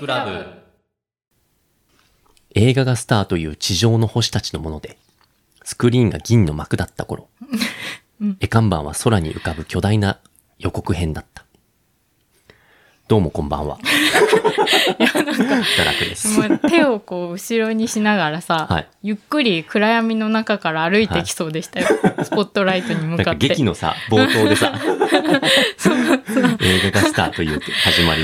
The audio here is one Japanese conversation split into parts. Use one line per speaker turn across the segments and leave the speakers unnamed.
クラブ。
映画がスターという地上の星たちのもので、スクリーンが銀の幕だった頃、絵看板は空に浮かぶ巨大な予告編だった。どうもこんばんは。堕落です。
もう手をこう後ろにしながらさ、
はい
ゆっくり暗闇の中から歩いてきそうでしたよ、スポットライトに向
なん
か
か
って
劇のさ、冒頭でさ、映画がスターという始まり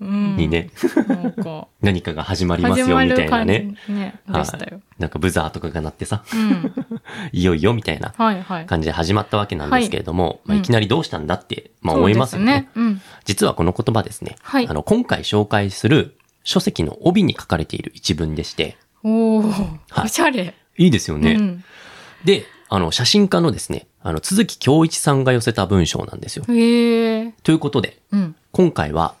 うん
にね、
なんか
何かが始まります
始
よ
ま
みた
る
いな
感じ
ね
ね。ねでしたよ、
い。なんかブザーとかが鳴ってさ、
うん
いよいよみたいな
はいはい
感じで始まったわけなんですけれども、
はい
いまあ、いきなりどうしたんだって、まあ思いますよね
そうですね
実はこの言葉ですね、
はい
あの、今回紹介する書籍の帯に書かれている一文でして、
うんおお、
はい
おしゃれ
いいですよね。
うん、
で、あの、写真家のですね、あの、鈴木京一さんが寄せた文章なんですよ。
へえ
ということで、
うん
今回は、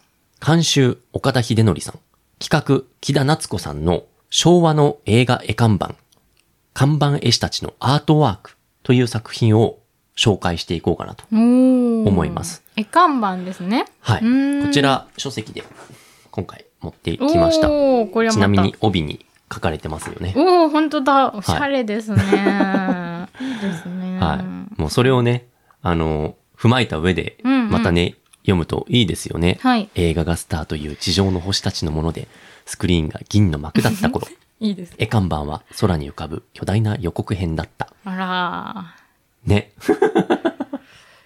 監修、岡田秀則さん、企画、木田夏子さんの昭和の映画絵看板、看板絵師たちのアートワークという作品を紹介していこうかなと。
おー
思います
絵看板ですね
はいう
ー。ん
こちら、書籍で、今回持ってきました。
おおこれは
ち
また
なみに帯に書かれてますよね。
おお本当だおしゃれですね、い、いですね
はい。もうそれをね、あの、踏まえた上で、
うんうん
またね、読むといいですよね。
はい
映画がスターという地上の星たちのもので、スクリーンが銀の幕だった 頃、
いいですね
絵看板は空に浮かぶ巨大な予告編だった。
あ
ね。
ら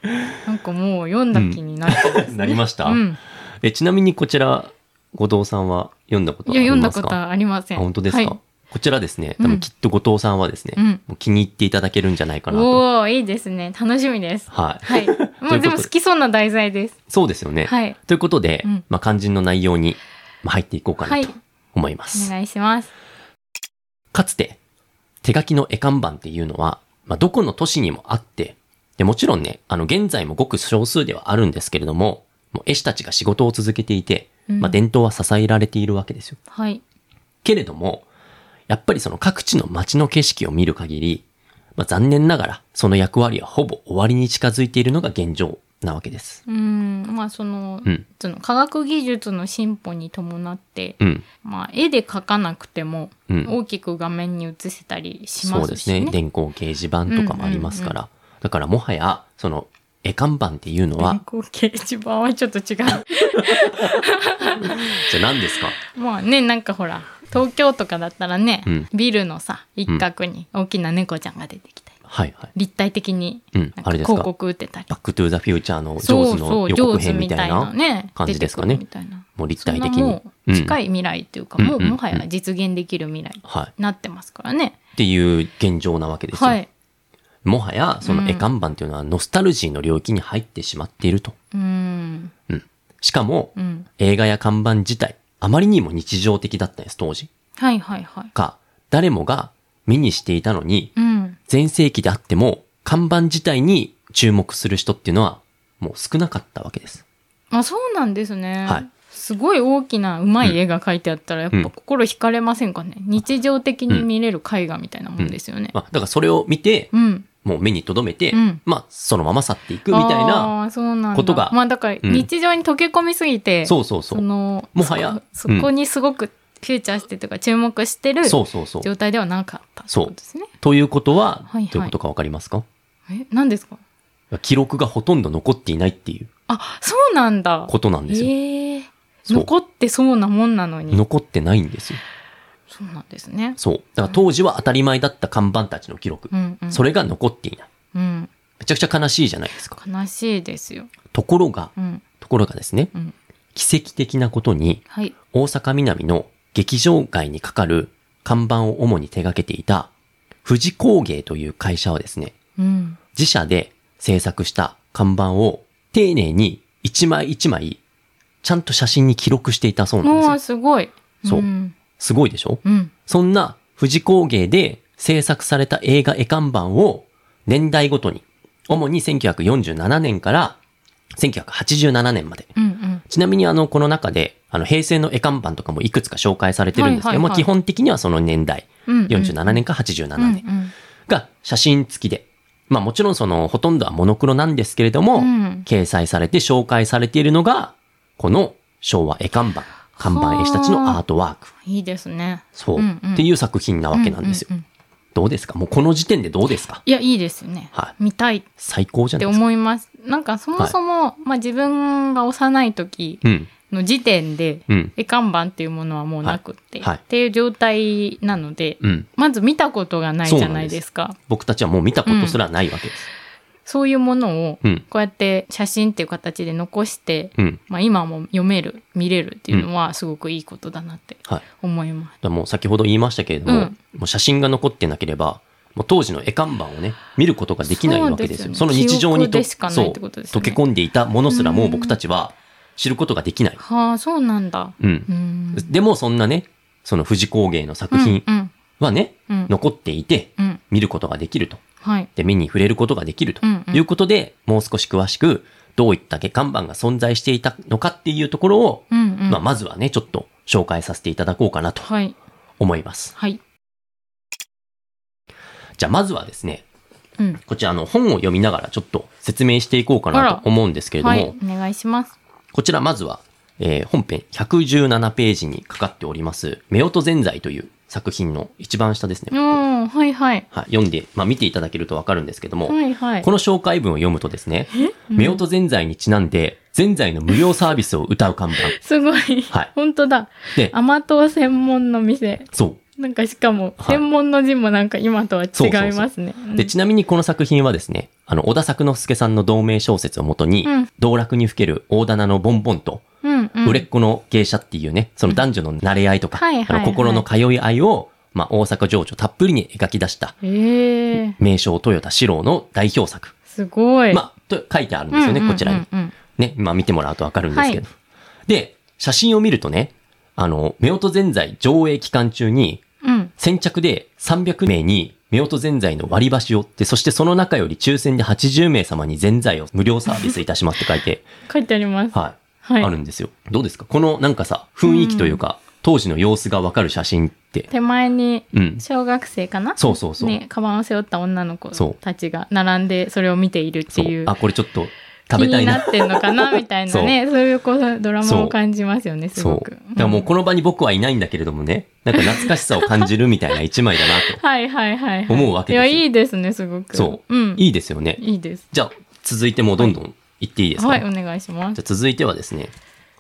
ーなんかもう読んだ気になってます、ね
なりました、
うん
えちなみにこちら、後藤さんは読んだこと
い
あ
や
り
読んだ
ますか
ことはありません
あ本当ですか、
はい
こちらですね、
うん
多分きっと後藤さんはですね、
うん
もう気に入っていただけるんじゃないかなと。
おおいいですね楽しみです
はい。
はいもうでも好きそうな題材です
そうですよね。
はい
ということで、
うん
まあ、肝心の内容にまあ入っていこうか
は
ないと思います。
お願いします
かつて、手書きの絵看板っていうのは、まあ、どこの都市にもあって、でもちろんね、あの、現在もごく少数ではあるんですけれども、もう絵師たちが仕事を続けていて、
うん
まあ、伝統は支えられているわけですよ。
はい
けれども、やっぱりその各地の街の景色を見る限り、まあ、残念ながら、その役割はほぼ終わりに近づいているのが現状なわけです。
うんまあその,、
うん
その科学技術の進歩に伴って、
うん。
まあ、絵で描かなくても
うん
大きく画面に映せたりし
そ
ま
うですす
し
ね。
ね。
電光掲示板とかもありますから。だからもはや、その、絵看板っていうの
電
は、
光掲示板はちょっと違
じゃあ何ですか
うまあねなんかほら東京とかだったらね、
うん
ビルのさ一角に大きな猫ちゃんが出てきたり、
はいはい。
立体的に
うん
なん
あ
か
れですか
広告打ってたり、
バックトゥーザフューチャーのジョー
そう
ズ
そ
の
う
予
上
告
手
編みたいな、
ね
感じですかね
出てくるみたいな
もう立
そん
体
な
的に
も。う近
い。
い未来っていうか、
うん
もう
うんうん
もはや実現できる未来に
はい。
なってますからね。
っていう現状なわけですよ。
はい、
もはや、その絵
うん
看板っていうのはノスタルジーの領域に入ってしまっていると。
うん
うん。しかも、
うん
映画や看板自体、あまりにも日常的だったんです、当時。
はいはいはい。
か、誰もが見にしていたのに、
うん
全盛期であっても、看板自体に注目する人っていうのは、もう少なかったわけです。
あそうなんですね、
はい
すごい大きなうまい絵が描いてあったらやっ
うん
ぱ心惹かれませんかね日常的に見れる絵画みたいなもんですよね。
まあ、だからそれを見て、
うん
もう目に留めて、
うん
まあ、そのまま去っていくみたいな、
あーそうなんだ
ことが
まあだから
うん
日常に溶け込みすぎて、
そうそうそう。
の
もはや
そこそこにすごくフューチャーしてとか注目してる
そうそうそう。
状態ではなかったってことですね。
ということは、
はいはい
どういうことかわかりますか
え何ですか
記録がほとんど残っていないっていう
あそうなんだ。
ことなんですよ。
えー
そう
残ってそうなもんなのに
残ってないんですよ。
そうなんですね。
そう。だから当時は当たり前だった看板たちの記録
う。んうん、
それが残っていない。
うん、
めちゃくちゃ悲しいじゃないですか。
悲しいですよ。
ところが、
うん
ところがですね、
うん
奇跡的なことに、
はい。
大阪南の劇場街にかかる看板を主に手掛けていた富士工芸という会社はですね、
うん。
自社で制作した看板を丁寧に一枚一枚ちゃんと写真に記録していたそうなんです
お
よ
ー、。すごい。。
そうんすごいでしょ
うん。
そんな富士工芸で制作された映画絵看板を年代ごとに、主に1947年から1987年まで
うん。うん。
ちなみにあの、この中で、あの、平成の絵看板とかもいくつか紹介されてるんですけども、
はいはいはい
基本的にはその年代、
うん。
47年か87
うん。
年が写真付きで、まあもちろんその、ほとんどはモノクロなんですけれども、
うん
掲載されて紹介されているのが、この昭和絵看板看板絵師たちのアートワーク。
いいですね。
そう、
んん
っていう作品なわけなんですよ、
ううう
どうですかもうこの時点でどうですか
いや、いいですね。
はい
見たいっ
最高じゃな
て
いですか。
思います。なんかそもそも、まあ自分が幼い時
うん。
の時点で、
うん。
絵看板っていうものはもうなくって、
はいはい
っていう状態なので、
うん。
まず見たことがないじゃないですか。
僕たちはもう見たことすらないわけです。
そういうものを
うん、
こうやって写真っていう形で残して、
うん。
まあ、今も読める見れるっていうのはすごくいいことだなって
はい。
思います。
だからもう先ほど言いましたけれども、
うん
もう写真が残ってなければ、もう当時の絵看板をね、見ることができないわけですよ。そ
そう
の
ですよね
日常に
記憶
と
でしかないってことです
そ
よ
う、溶
ね
け込んでいたものすらもう僕たちは知ることができない。
はあそうなんだ。
うん
う。ん。
でもそんなね、その富士工芸の作
うん
品
うん
はね、
うん
残っていて、
うん
見ることができると。
はい。
で、目に触れることができると
うんうん
いうことで、もう少し詳しく、どういった下看板が存在していたのかっていうところを、
うんうん。
まあ、まずはね、ちょっと紹介させていただこうかなと
はい
思います。
はい。
じゃあ、まずはですね、
うん。
こちらあの本を読みながらちょっと説明していこうか
あ
な
ら
と思うんですけれども、
はいお願いします。
こちらまずは、えー本編117ページにかかっております、夫婦ぜんざいという作品の一番下です
お
ね。はい、
ーはいはい
読んで、まあ見ていただけるとわかるんですけども、
はいはい
こ。の紹介文を読むとですね、夫婦ぜんざいにちなんで、ぜんざいの無料サービスを歌う看板。
すごい。
はい
本当だ。
で、
甘党専門の店。
そう。
なんかしかも
はい
専門の字もなんか今とは違
そうそうそう
いますね。うん
で、ちなみにこの作品はですね、あの、小田作之助さんの同名小説をもとに、
うん
道楽にふける大棚のボンボンと、
うんうん
売れっ子の芸者っていうね、その男女の慣れ合いとか、
はいはいはい
あの心の通い合いを、まあ、大阪情緒たっぷりに描き出した、
ええ
名将豊田四郎の代表作。
すごい。
まあ、と書いてあるんですよね、こちらに。
うんうん
ね、まあ見てもらうとわかるんですけど。で、写真を見るとね、あの、夫婦ぜんざい上映期間中に、
うんうん。
先着で300名に、夫婦ぜんざいの割り箸をって、そしてその中より抽選で80名様にぜんざいを無料サービスいたしますって書いて、
書いてあります。
はい。
はい。
あるんですよ。どうですかこのなんかさ、雰囲気というか、当時の様子がわかる写真って。
手前に
うん。
小学生かな
そうそうそう。
ね、カバンを背負った女の子
そう
たちが並んでそれを見ているって
そう
いう。
あ、これちょっと食べたいな。
気になってんの かなみたいなね。そういうこうドラマを感じますよね、す
そ
ご
う。
く。
だからもうこの場に僕はいないんだけれどもね、なんか懐かしさを感じるみたいな一枚だな
うんはいはいはいはい。
思うわけですよ
いや、いいですね、すごく。
と。そう。
うん。い
いいですよね。
いです。
じゃあ、続いてもうどんどん行っていいですか、
はい、
じ
お
ゃ
願いしま
あ
す。
続いてはですね、こ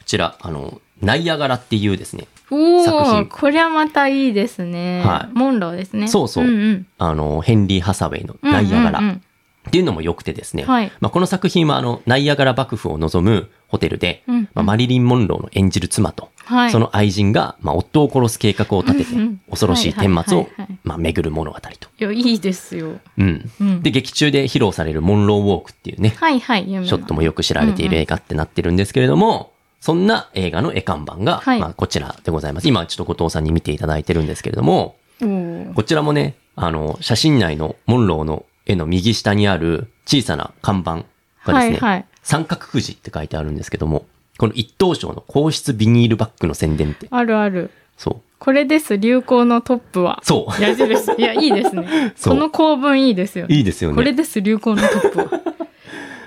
ちら、あの、ナイアガラっていうですね、
お
作品
お、こりゃまたいいですね。
はい
モンローですね。
そうそう
うんうん。
あの、ヘンリー・ハサウェイの
うんうん
ナイアガラ。
うん
っていうのも良くてですね、
はい
まあ、この作品はあのナイアガラ幕府を望むホテルで、
うん
まあ、マリリン・モンローの演じる妻と、
はい。
その愛人が、まあ、夫を殺す計画を立てて
うんうん
恐ろしい
はいはい
顛末を
はいはい
まあ巡る物語と、
いや、いいですよ。
うん
うん
で劇中で披露されるモンローウォークっていうね、
はいはい、有名な
ショットもよく知られている映画ってなってるんですけれども、そんな映画の絵看板が、
はい
まあ、こちらでございます今ちょっと後藤さんに見ていただいてるんですけれども
おー
こちらもねあの写真内のモンローの絵の右下にある小さな看板がで
は
すね、
いはい。
三角くじって書いてあるんですけども、この一等賞の皇室ビニールバッグの宣伝って。
あるある。
そう。
これです、流行のトップは。
そう。
矢印。いや、いいですね。
そう
この構文いいですよね。
いいですよね。
これです、流行のトッ プは。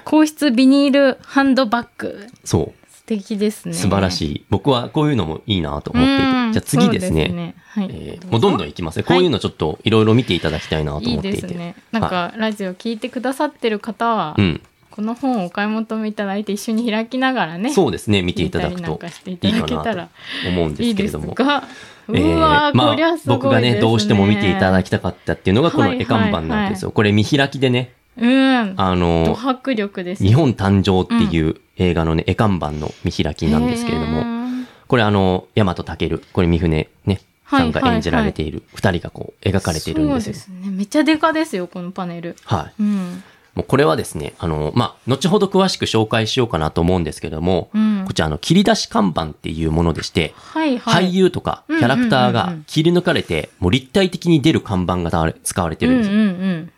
皇室ビニールハンドバッグ。
そ
素敵です
う。
ね。
素晴ら
い。
しい。僕はこういうのもいいなと思っていて。じゃあ次ですね。
そうですねはい
えーもうどんどんいきますね。こういうのちょっといろいろ見ていただきたいなと
い
思
い
って
で
い
す
て。
ね。なんか、ラジオ聞いてくださってる方は、
うん。
この本をお買い求めいただいて一緒に開きながらね、
そうですね。見ていただく
見たりなん
と
かして
いい
いただけ
か
たら
なと思うんで
い
す
い
け
で
れ
す
ども。
が、うわ
えー
ー、こりゃすごいですね。
僕がね、どうしても見ていただきたかったっていうのがこの絵看板なんですよ。これ見開きでね、
うん。
あのー
ド迫力ですね。
日本誕生っていう映画のね、絵看板の見開きなんですけれども、
も。
これあの、大和健、これ三船ね、
はい
さんが演じられている、二人がこう、描かれているんですよ。
そうですね。めっちゃデカですよ、このパネル。
はい。
うん。
もうこれはですね、あの、まあ、後ほど詳しく紹介しようかなと思うんですけれども、
うん
こ。ちらあの、切り出し看板っていうものでして、
はいはい。
俳優とかキャラクター
うんうん
が
うんうん
切り抜かれて、もう立体的に出る看板が使われてるんですよ。
うんうんうん。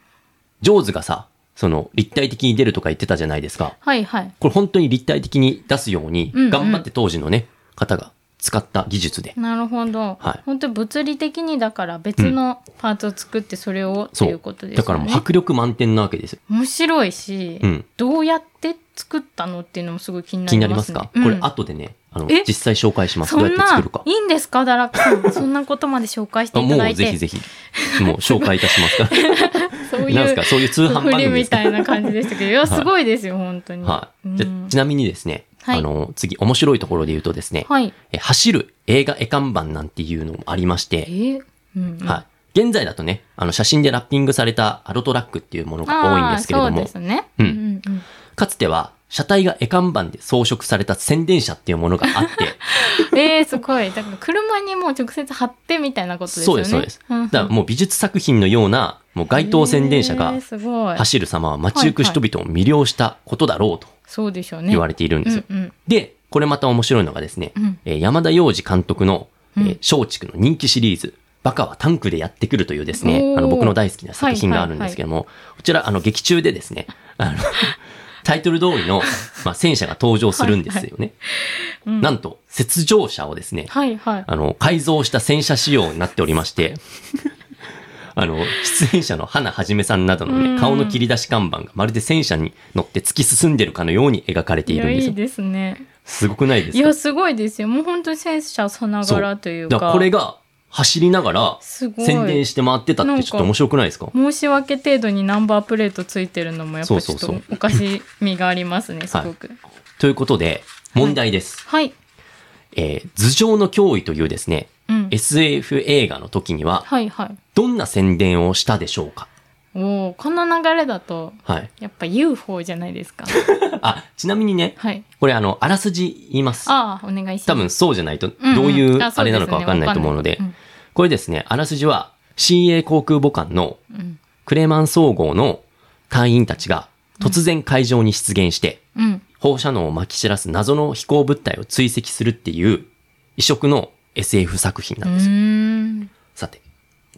ジョーズがさ、その、立体的に出るとか言ってたじゃないですか。
はいはい。
これ本当に立体的に出すように、
うんうん
頑張って当時のね、方が使った技術で。
なるほど。
はい
本当に物理的にだから別のパーツを作ってそれをって
そ
いううことですよね。
だからもう迫力満点なわけですよ。
面白いし、
うん
どうやって作ったのっていうのもすごい気にな
気になり
りま
ますす
ね
か、
うん
これ後でね、あの、
え
実際紹介します。
そ
どうんやって
な
作るか
い。いんですかダラックさんそんなことまで紹介し
あ
ていた
も
だ
う
い
ぜ
て
ひぜひ、もう紹介いたしますから。
そう
なん
い
す
う
かそういう通販番
振り
組で
み
すか
たいな感じでしたけどいや
はい
すごいですよ本当に
はい、じゃ
うん
ちなみにですね、
はい
あの、次、面白いところで言うとですね、
はい
え走る映画絵看板なんていうのもありまし
え
て、
ーうんうん
はい。現在だとね、あの、写真でラッピングされたアロトラックっていうものが多いんですけれど
あーそう
も
で、すね。
うん
んうん
かつては、車体が絵看板で装飾された宣伝車っていうものがあ って、
えー、すごい。だから車にもう直接貼ってみたいなことです
そう
よね。
です、そうです。
ん
だからもう美術作品のような、もう街頭宣伝車
えー
が
すごい。
走る様は街行く人々を魅了したことだろうと
そうでしょうね。
言われているんですよ。
うんうん
で、これまた面白いのがですね、
ん
えー山田洋次監督の、え
うん
ー松竹の人気シリーズ、バカはタンクでやってくるというですね
お、ー
あの僕の大好きな作品があるんですけども、こちら、あの劇中でです ね、あの、タイトル通りの、まあ、戦車が登場するんですよね。
いうん
なんと、雪上車をですね、
はいはい。
あの、改造した戦車仕様になっておりまして、あの、出演者の花はじめさんなどの
うん
ね、顔の切り出し看板がまるで戦車に乗って突き進んでるかのように描かれて
い
いる
や、
んで
い
す
い
よ。
ですね。
すごくないです
い
か
や、すごいですよ。もう本当に戦車さながらという
だ
か。
からこれが走りながら
すごい
宣伝して回ってたってちょっと面白くないですか
申し訳程度にナンバープレートついてるのもやっ
そう
ぱ
そ
ちょ
う
っ
そう
とおかしみがありますね、す ごく。
ということで、問題です。
はい。
えー頭上の脅威というですね、
うん。
SF 映画の時には、
はいはい。
どんな宣伝をしたでしょうか
おおこの流れだと、
はい。
やっぱ UFO じゃないで すか。
あ、ちなみにね、
はい。
これあの、あらすじ言います。
ああ、お願いします。
多分そうじゃないと、ど
んん
ういう
あそ
あ
う
れ
で
なの
すね
かわかんないと思うので
わかんない、
これですね、あらすじは CA 航空母艦の
うん
クレマン総合の隊員たちが突然会場に出現して、
うんうん
放射能をまき散らす謎の飛行物体を追跡するっていう異色の SF 作品
う
なんですよ。
ーん
さて、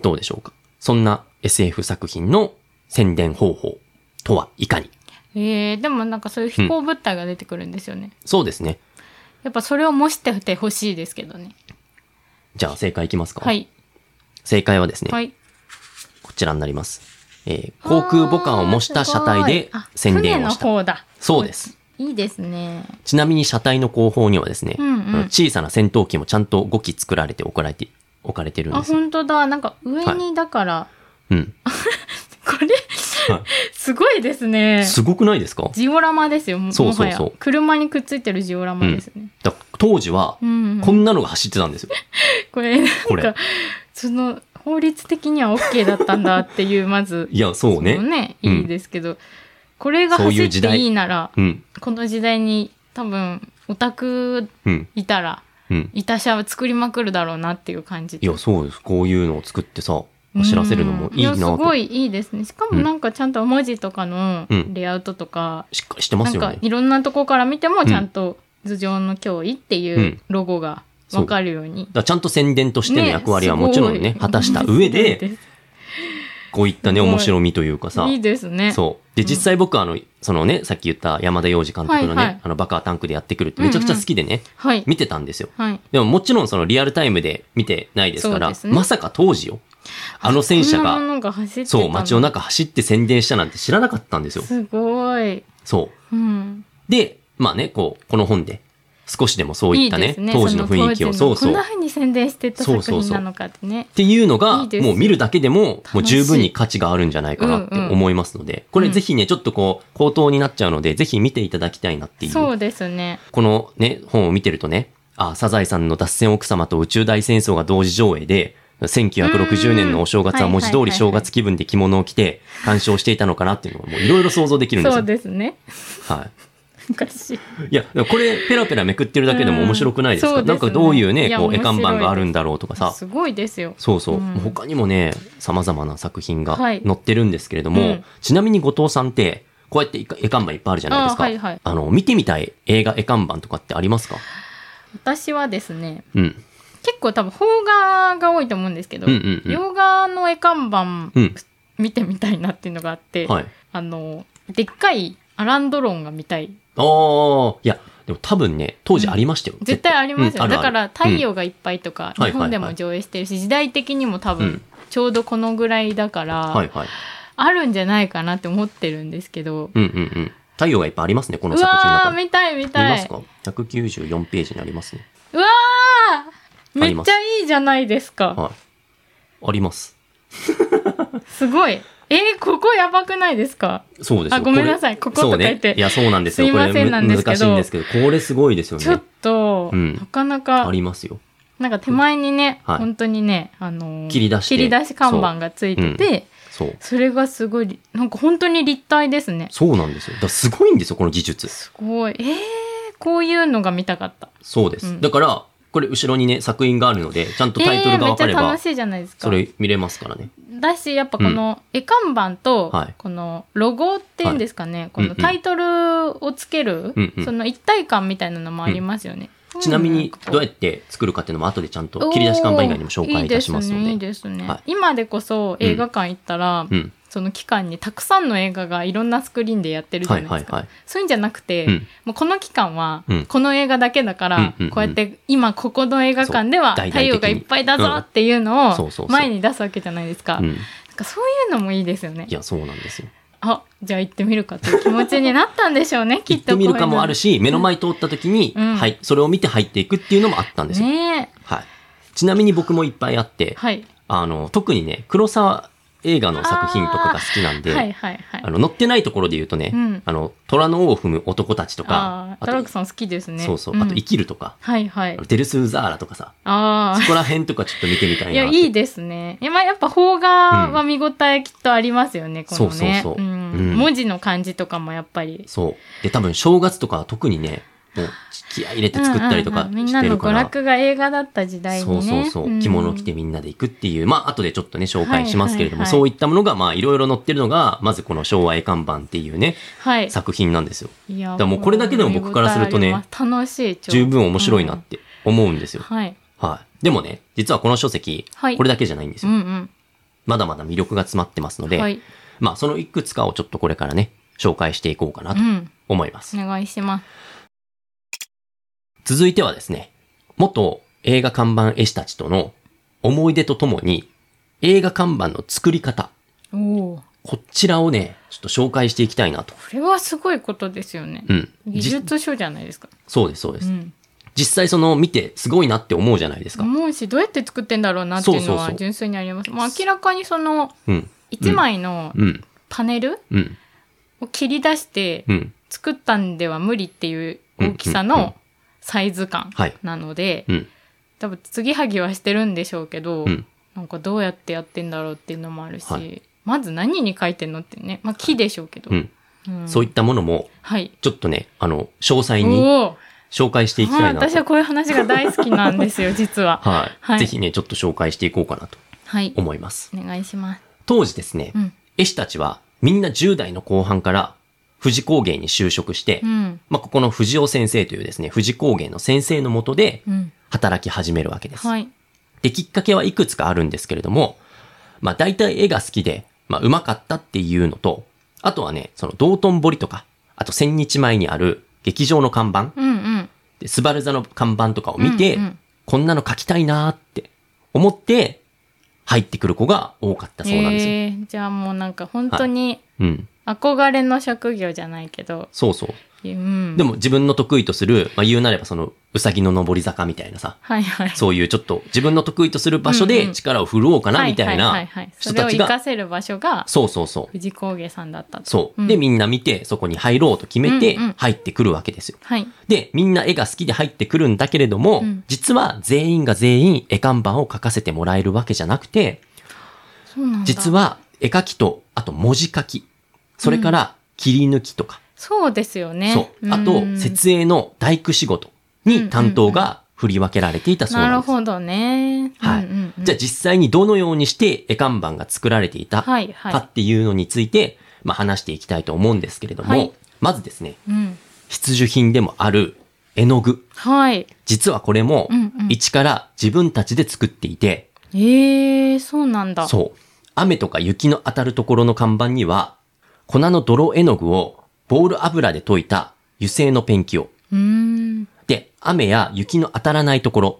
どうでしょうかそんな SF 作品の宣伝方法とはいかに
えー、でもなんかそういう飛行物体が出てくるんですよね、
そうですね。
やっぱそれを模しててほしいですけどね
じゃあ正解いきますか、
はい
正解はですね、
はい
こちらになります。えー航空母艦を模した車体で宣伝をした。
あすごいあ船の方だ
そうです。
いいですね
ちなみに車体の後方にはですね、
うんうん
あの小さな戦闘機もちゃんと5機作られて置かれて、置かれてるん
あ
ですよ。
本当だなんか上
は
にだから、
うん。
これ
は
すごいですね
すごくないですか
ジオラマですよも
そうそうそう
もはや車にくっついてるジオラマですね、
だ当時 は
う、んうん
こんなのが走ってたんですよ。
これなんか
これ
その法律的には OK だったんだっ ていうまず
いや、そう
そ
ね。
のね
うん
いいですけど、これが
そうい
走
う
っ
時代
ていいなら
うん、
この時代に多分オタク
うん、
いたら
うん。
いた車を作りまくるだろうなっていう感じ
いや、そうです。こういうのを作ってさ、走らせるのもいいな
うんや
と
すご。いいいですねしかもなんかちゃんと文字とかの
うん
レイアウトとか、
しっかりしてま
な
すよ
んか
ね。
いろんなとこから見てもちゃんと頭上の脅威って
う
いうんロゴが分かるよう
だ
に、
からちゃんと宣伝としての
ね
役割はもちろんね、
すごい
果たした 上で、こういったね、
すごい
面白みというかさ
い、いですね
そう。で、
うん
実際僕、あの、そのね、さっき言った山田洋次監督の
はいは
ね
い、
あの、バカタンクでやってくるってめちゃくちゃ好きでね、
はい
見てたんですよ。
はい
でももちろんそのリアルタイムで見てないですか
そう
ら
で、すね
まさか当時よ、あの戦車
こんな
が、
ものが走ってた
そう、街の中
中
走って宣伝したなんて知らなかったんですよ。
すごい、
そう。
うん、
で、まあね、こう、この本で、少しでもそういったね、
ですね
当時の雰囲気を、
そ
そ
の
うそう。
当時のこんな
っ
風に宣伝してた
そう
作
そうそう
品なのかってね
ていうのが
いいです
もう見るだけでも、もう
楽しい
十分に価値があるんじゃないかなって
うんうん
思いますので、これぜひね、ちょっとこう、口頭になっちゃうので、ぜひ見ていただきたいなっていう。
そうですね
このね、本を見てるとね、あ、サザエさんの脱線奥様と宇宙大戦争が同時上映で、1960年のお正月は文字通り正月気分で着物を着て鑑賞していたのかなっていうのがもういろいろ想像できるんです
そ
よ。
うですね
はい。
昔
いや、でもこれ、ペラペラめくってるだけでも面白くないですか、
うんそうで
な
す
んか
ね
どういう
い
ね、
や
こう、絵
面白
看
いです
板があるんだろうとかさ。
すごいですよ
そうそう。
うん
他にもね、様々な作品が
はい
載ってるんですけれども、
うん
ちなみに後藤さんって、こうやっていか絵看板いっぱいあるじゃないですか。
あーはいはい
あの、見てみたい映画絵看板とかってありますか
私はですね
うん。
結構多分邦画が多いと思うんですけど、
うんうんうん
洋画の絵看板
うん。
見てみたいなっていうのがあって、
はい。
あのでっかいアランドロンが見たい
ああ、いや、でも多分ね、当時ありましたよ。
絶対ありますよ、
うんあるあ
だ
る
から「太陽がいっぱい」とか、
うん
日本でも上映してるし、時代的にも多
う
分
ん
ちょうどこのぐらいだから、
はいはい。
あるんじゃないかなって思ってるんですけど
うんうんうん。太陽がいっぱいありますね、この
う
作品の
わ
中
ー、
に。
見たい見
見
た
ま
い。
すか ?194 ページにありますね。
うわー
あ
め
り
っ
ま
ち
す
ゃいいじゃないですか。
はい。あります。
すごい。えー、ここやばくないですか
そうですよ
あごめんなさいここと
そ
書
う
いて
ね。いや、そうなんですよ。
すいません
これむ
なんですけど
難しいんですけど、これすごいですよ
ちょ
ね
っ。と、
うん
なかな
あ
か、
りますよ。
なんか手前にね、
はい
本当にね、あのー
切り出して
切り出し看板がついてて、
そう。
それがすごい、なんか本当に立体ですね。
そうなんですよ。だからすごいんですよ、この技術。
すごい。えー、こういうのが見たかった。
そうです。
うん
だから、これ後ろにね、作品があるので、ちゃんとタイトルが分かれ
えーめっちゃ
ば
楽、しいじゃないですか
そ。れ見れますからね。
だし、やっぱこの絵看板と
はい、
このロゴっていうんですかね、こ
うんう
の
ん
タイトルをつける、
うんうん
その一体感みたいなのもありますよね。
ちなみに、どうや
って
って作るかっていうのも後でちゃんと切り出し看板以外にも紹介いたしますので。
いいですね、いいですね
はい
今でこそ映画館行ったら、
うん。
その期間にたくさんの映画がいろんなスクリーンでやってるじゃ
は
ない
い
ですか。
はいはい。
そういうんじゃなくて、
うん
もうこの期間は
うん
この映画だけだから、
うんうんうん
こうやって今ここの映画館では
そう大々
太
的に
陽がいっぱいだぞっていうの
うんそうそうそ
を
う
前に出すわけじゃないですか。
うん。い
なんかそういうのもいいですよね。
や、そうなんですよ。
あじゃあ行ってみるかという気持ちになったんでしょうね き
行
っ
って
とこうい
み
うの
るかもあるし、目の前通った時に、
うん
はい、それを見て入っていくっていうのもあったんですよ。
ねえ
はい。ちなみに僕もいっぱいあって、
はい
あの、特にね、黒沢映画の作品とかが好きなんで、
はいはいはい
あの、載ってないところで言うとね、
うん
あの、虎の尾を踏む男たちと
あ
か、
あ
あ
ト
と
ラックさん好きですね
そうそう、
ん
あと生きるとか、
はいはい
あのデルス・ウザーラとかさ、
あ
そこら辺とかちょっと見てみた
あ
い
い
な
や
と。
いいですね今やっぱ邦画は見応えきっとありますよね、このね
そうそうそうんうん
文字の感じとかもやっぱり
そう。で、多分正月とかは特にね、もう気合い入れて作ったりと
う
か
んうんうんみんな
して
の
るか
娯
ら。
楽が映画だった時代に
そ
ね
うそうそう。着物着て
うん
みんなで行くっていう、まあ、後でちょっとね、紹介しますけれども、
はいはいは
そ
い
ういったものが、まあ、いろいろ載ってるのが、まずこの昭和絵看板っていうね、
はい
作品なんですよ。
いや
だからもうこれだけでも僕からするとね
見応えあります楽しいちょ
十分面白いなって思うんですよ。
はい
はい。でもね、実はこの書籍、
はい
これだけじゃないんです
う
よ。
んうん
まだまだ魅力が詰まってますので、
はい
まあ、そのいくつかをちょっとこれからね、紹介していこうかな
う
と
ん
思います。
お願いします
続いてはですね、元映画看板絵師たちとの思い出とともに、映画看板の作り方、
おおー
こちらをね、ちょっと紹介していきたいなと。
これはすごいことですよね
う。ん。
技
じ
術書じゃないですか。
そうです、そうで
う
す。
ん、
実際その見てすごいなって思うじゃないですか。
思うしどうやって作ってんだろうなっていうの
そうそう
は
そう
純粋にあります。まあ、明らかにその
うん。
1枚の
うん。
パネル
うん。
を切り出して
うん。
作ったんでは無理っていう大きさ
うんうんうん
のサイズ感
はい
なので
うん。
多分継ぎはぎはしてるんでしょうけど、
うん。
なんかどうやってやってんだろうっていうのもあるし、
はい
まず何に書いてんのってね、まあ、木でしょうけど、
うん。
うん
そういったものも、
はい。
ちょっとね、あの、詳細に
おお、
紹介していき
はい
たいな
私は
と。
こういう話が大好きなんです よ実は。
はい。
はい
ぜひね、ちょっと紹介していこうかなと
はい、
思います。
お願いします。
当時ですね、
うん
絵師たちはみんな10代の後半から富士工芸に就職して、
うん
まあ、ここの藤尾先生というですね、富士工芸の先生のもとで
うん、
働き始めるわけです。
はい。
で、きっかけはいくつかあるんですけれども、まあ大体絵が好きで、まあ上手かったっていうのと、あとはね、その道頓堀とか、あと千日前にある劇場の看板、
うんうん。
でスバル座の看板とかを見て、
うんうん
こんなの描きたいなーって思って入ってくる子が多かったそうなんですよ。
えーじゃあもうなんか本当に
うん。
憧れの職業じゃないけど、
そうそう。
うん。
でも自分の得意とする、まあ言うなればそのうさぎの上り坂みたいなさ、
はいはい。
そういうちょっと自分の得意とする場所
うんう
で
ん
力を振るおうかなみたい
はは
な
ははい
人
それを
たち
活
が、
かせる場所が
そうそうそう。
富士工芸さんだったと。
そう。
ん
で、みんな見て、そこに入ろうと決めて
うんうん、
入ってくるわけですよ。
はい。
で、みんな絵が好きで入ってくるんだけれども、
うん
実は全員が全員絵看板を描かせてもらえるわけじゃなくて、
そうなんだ。
実は絵描きと、あと文字描き、それから切り抜きとか、
そうですよね。
そう。あ
う
と、
ん
設営の大工仕事に担当が振り分けられていたそう
な
な
る
んです。
ほどね。
はい
うんうんうん
じゃあ実際にどのようにして絵看板が作られていたか
はいはい。
っていうのについて、まあ話していきたいと思うんですけれども、
はい
まずですね、
うん。
必需品でもある絵の具。
はい。
実はこれも
うんうん、
一から自分たちで作っていて、
ええー、そうなんだ。
そう。雨とか雪の当たるところの看板には、粉の泥絵の具をボール油で溶いた油性のペンキを。
うーん。
で、雨や雪の当たらないところ、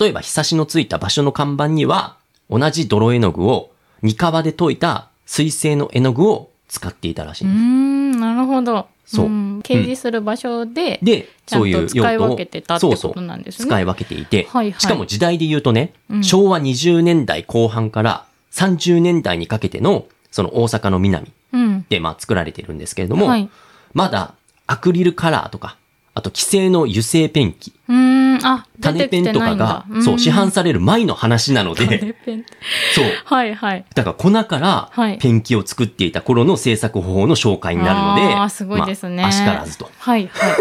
例えば日差しのついた場所の看板には、同じ泥絵の具を二皮で溶いた水性の絵の具を使っていたらしいう
ー
んです。
ん、なるほど。
そう。
ん掲示する場所で、
で、
ちゃ
そ
んと
ういう
使い
用途
分
を
けてたって
そう
こ
そう
となんですね。
使い分けていて、
はいはい
しかも時代で言うとね、
うん
昭和20年代後半から30年代にかけての、その大阪の南
うん。
で、まあ、作られてるんですけれども、
はい。
まだアクリルカラーとか、あと既製の油性ペンキ、
うーん、あ、出
種
て
ペ
き
ン
て
と
ない
か
ん
が
だ。、
そう、
ん
市販される前の話なので、
種ペンって。
そう。
はいはい。
だから粉から
はい
ペンキを作っていた頃の制作方法の紹介になるので、
あーすごいですね。
まあ、あしからずと
はいは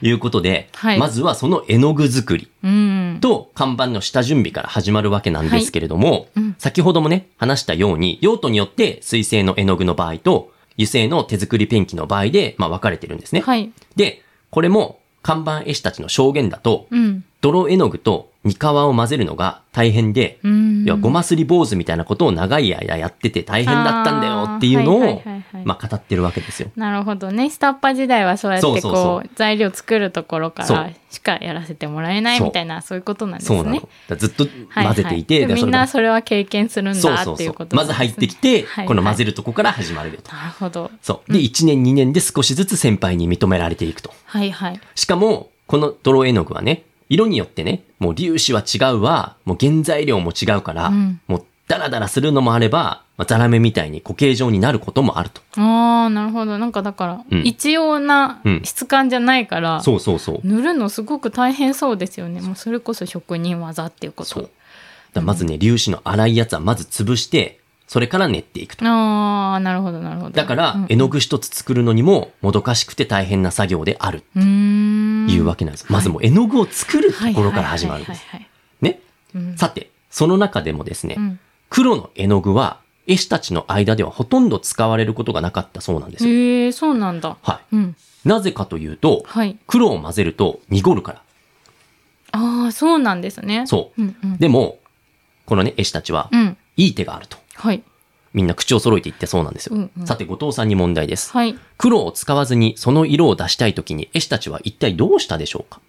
い。
いうことで、
はい
まずはその絵の具作り
うん。
と看板の下準備から始まるわけなんですけれども、
いうん
先ほどもね、話したように、用途によって水性の絵の具の場合と、油性の手作りペンキの場合で、まあ、分かれてるんですね。
はい。
で、これも看板絵師たちの証言だと、
うん。
泥絵の具と煮皮を混ぜるのが大変で、
うん。
いや、ごますり坊主みたいなことを長い間やってて大変だったんだよっていうのを、
あーはいはいはいはい
まあ語ってるわけですよ。
なるほどね。下っ端時代はそうやってこ
そううそうそ
材料作るところか
そ
ら
う
しかやらせてもらえない
そう
みたいなそういうことなんです
そ
ね。
うなの。だからずっと
はい
混ぜていて、
はいで
で
み
そ
ん
れ
な
が
それは経験するん
そう
だ
そ
っ
う
て
そ
いう
う
ことな
ま
ん
ず
ですね
入ってきて、
はい
この混ぜ
る。
るとこから始まるよと。
なるほど。
そう。で、1年2年で少しずつ先輩に認められていくと。
はいはい。
しかも、この泥絵の具はね、色によってね、もう粒子は違うわ、もう原材料も違うから、
うん
もうダラダラするのもあれば、まあ、ザラメみたいに固形状になることもあると。
ああ、なるほど。なんかだから、
うん
一様な
うん
質感じゃないから、
そうそうそう。
塗るのすごく大変そうですよね。もうそれこそ職人技っていうこ
そう。だ。
と
からまずね、粒子の粗いやつはまず潰して、それから練っていくと。
ああ、なるほどなるほど。
だから、
うん
絵の具一つ作るのにも、もどかしくて大変な作業である、
うーん。
いうわけなんです。まずもう絵の具を作るところから始まるんです。
はいはい
ね。
はいはいはい。
さて、その中でもですね、
うんうん
黒の絵の具は、絵師たちの間ではほとんど使われることがなかったそうなんですよ。
へえそうなんだ。
は
うん。
い。なぜかというと、
はい。
黒を混ぜると濁るか
ああ、そうなんですね。
ら。そう
うんうん。
う。でも、このね、絵師たちは
う、ん。
いい手があると。
はい。
みんな口を揃えて言ってそうなんですよ。
うんうん
さて、後藤さんに問題です。
はい。
黒を使わずにその色を出したいときに、絵師たちは一体どうしたでしょうか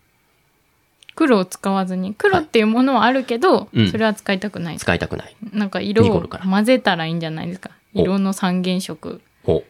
黒を使わずに。黒っていうものはあるけど、
うん
それは使いたくない。
使いたくない。
なんか色
濁
を
るから
混ぜたらいいんじゃないですか。
お
色の三原色。
ほ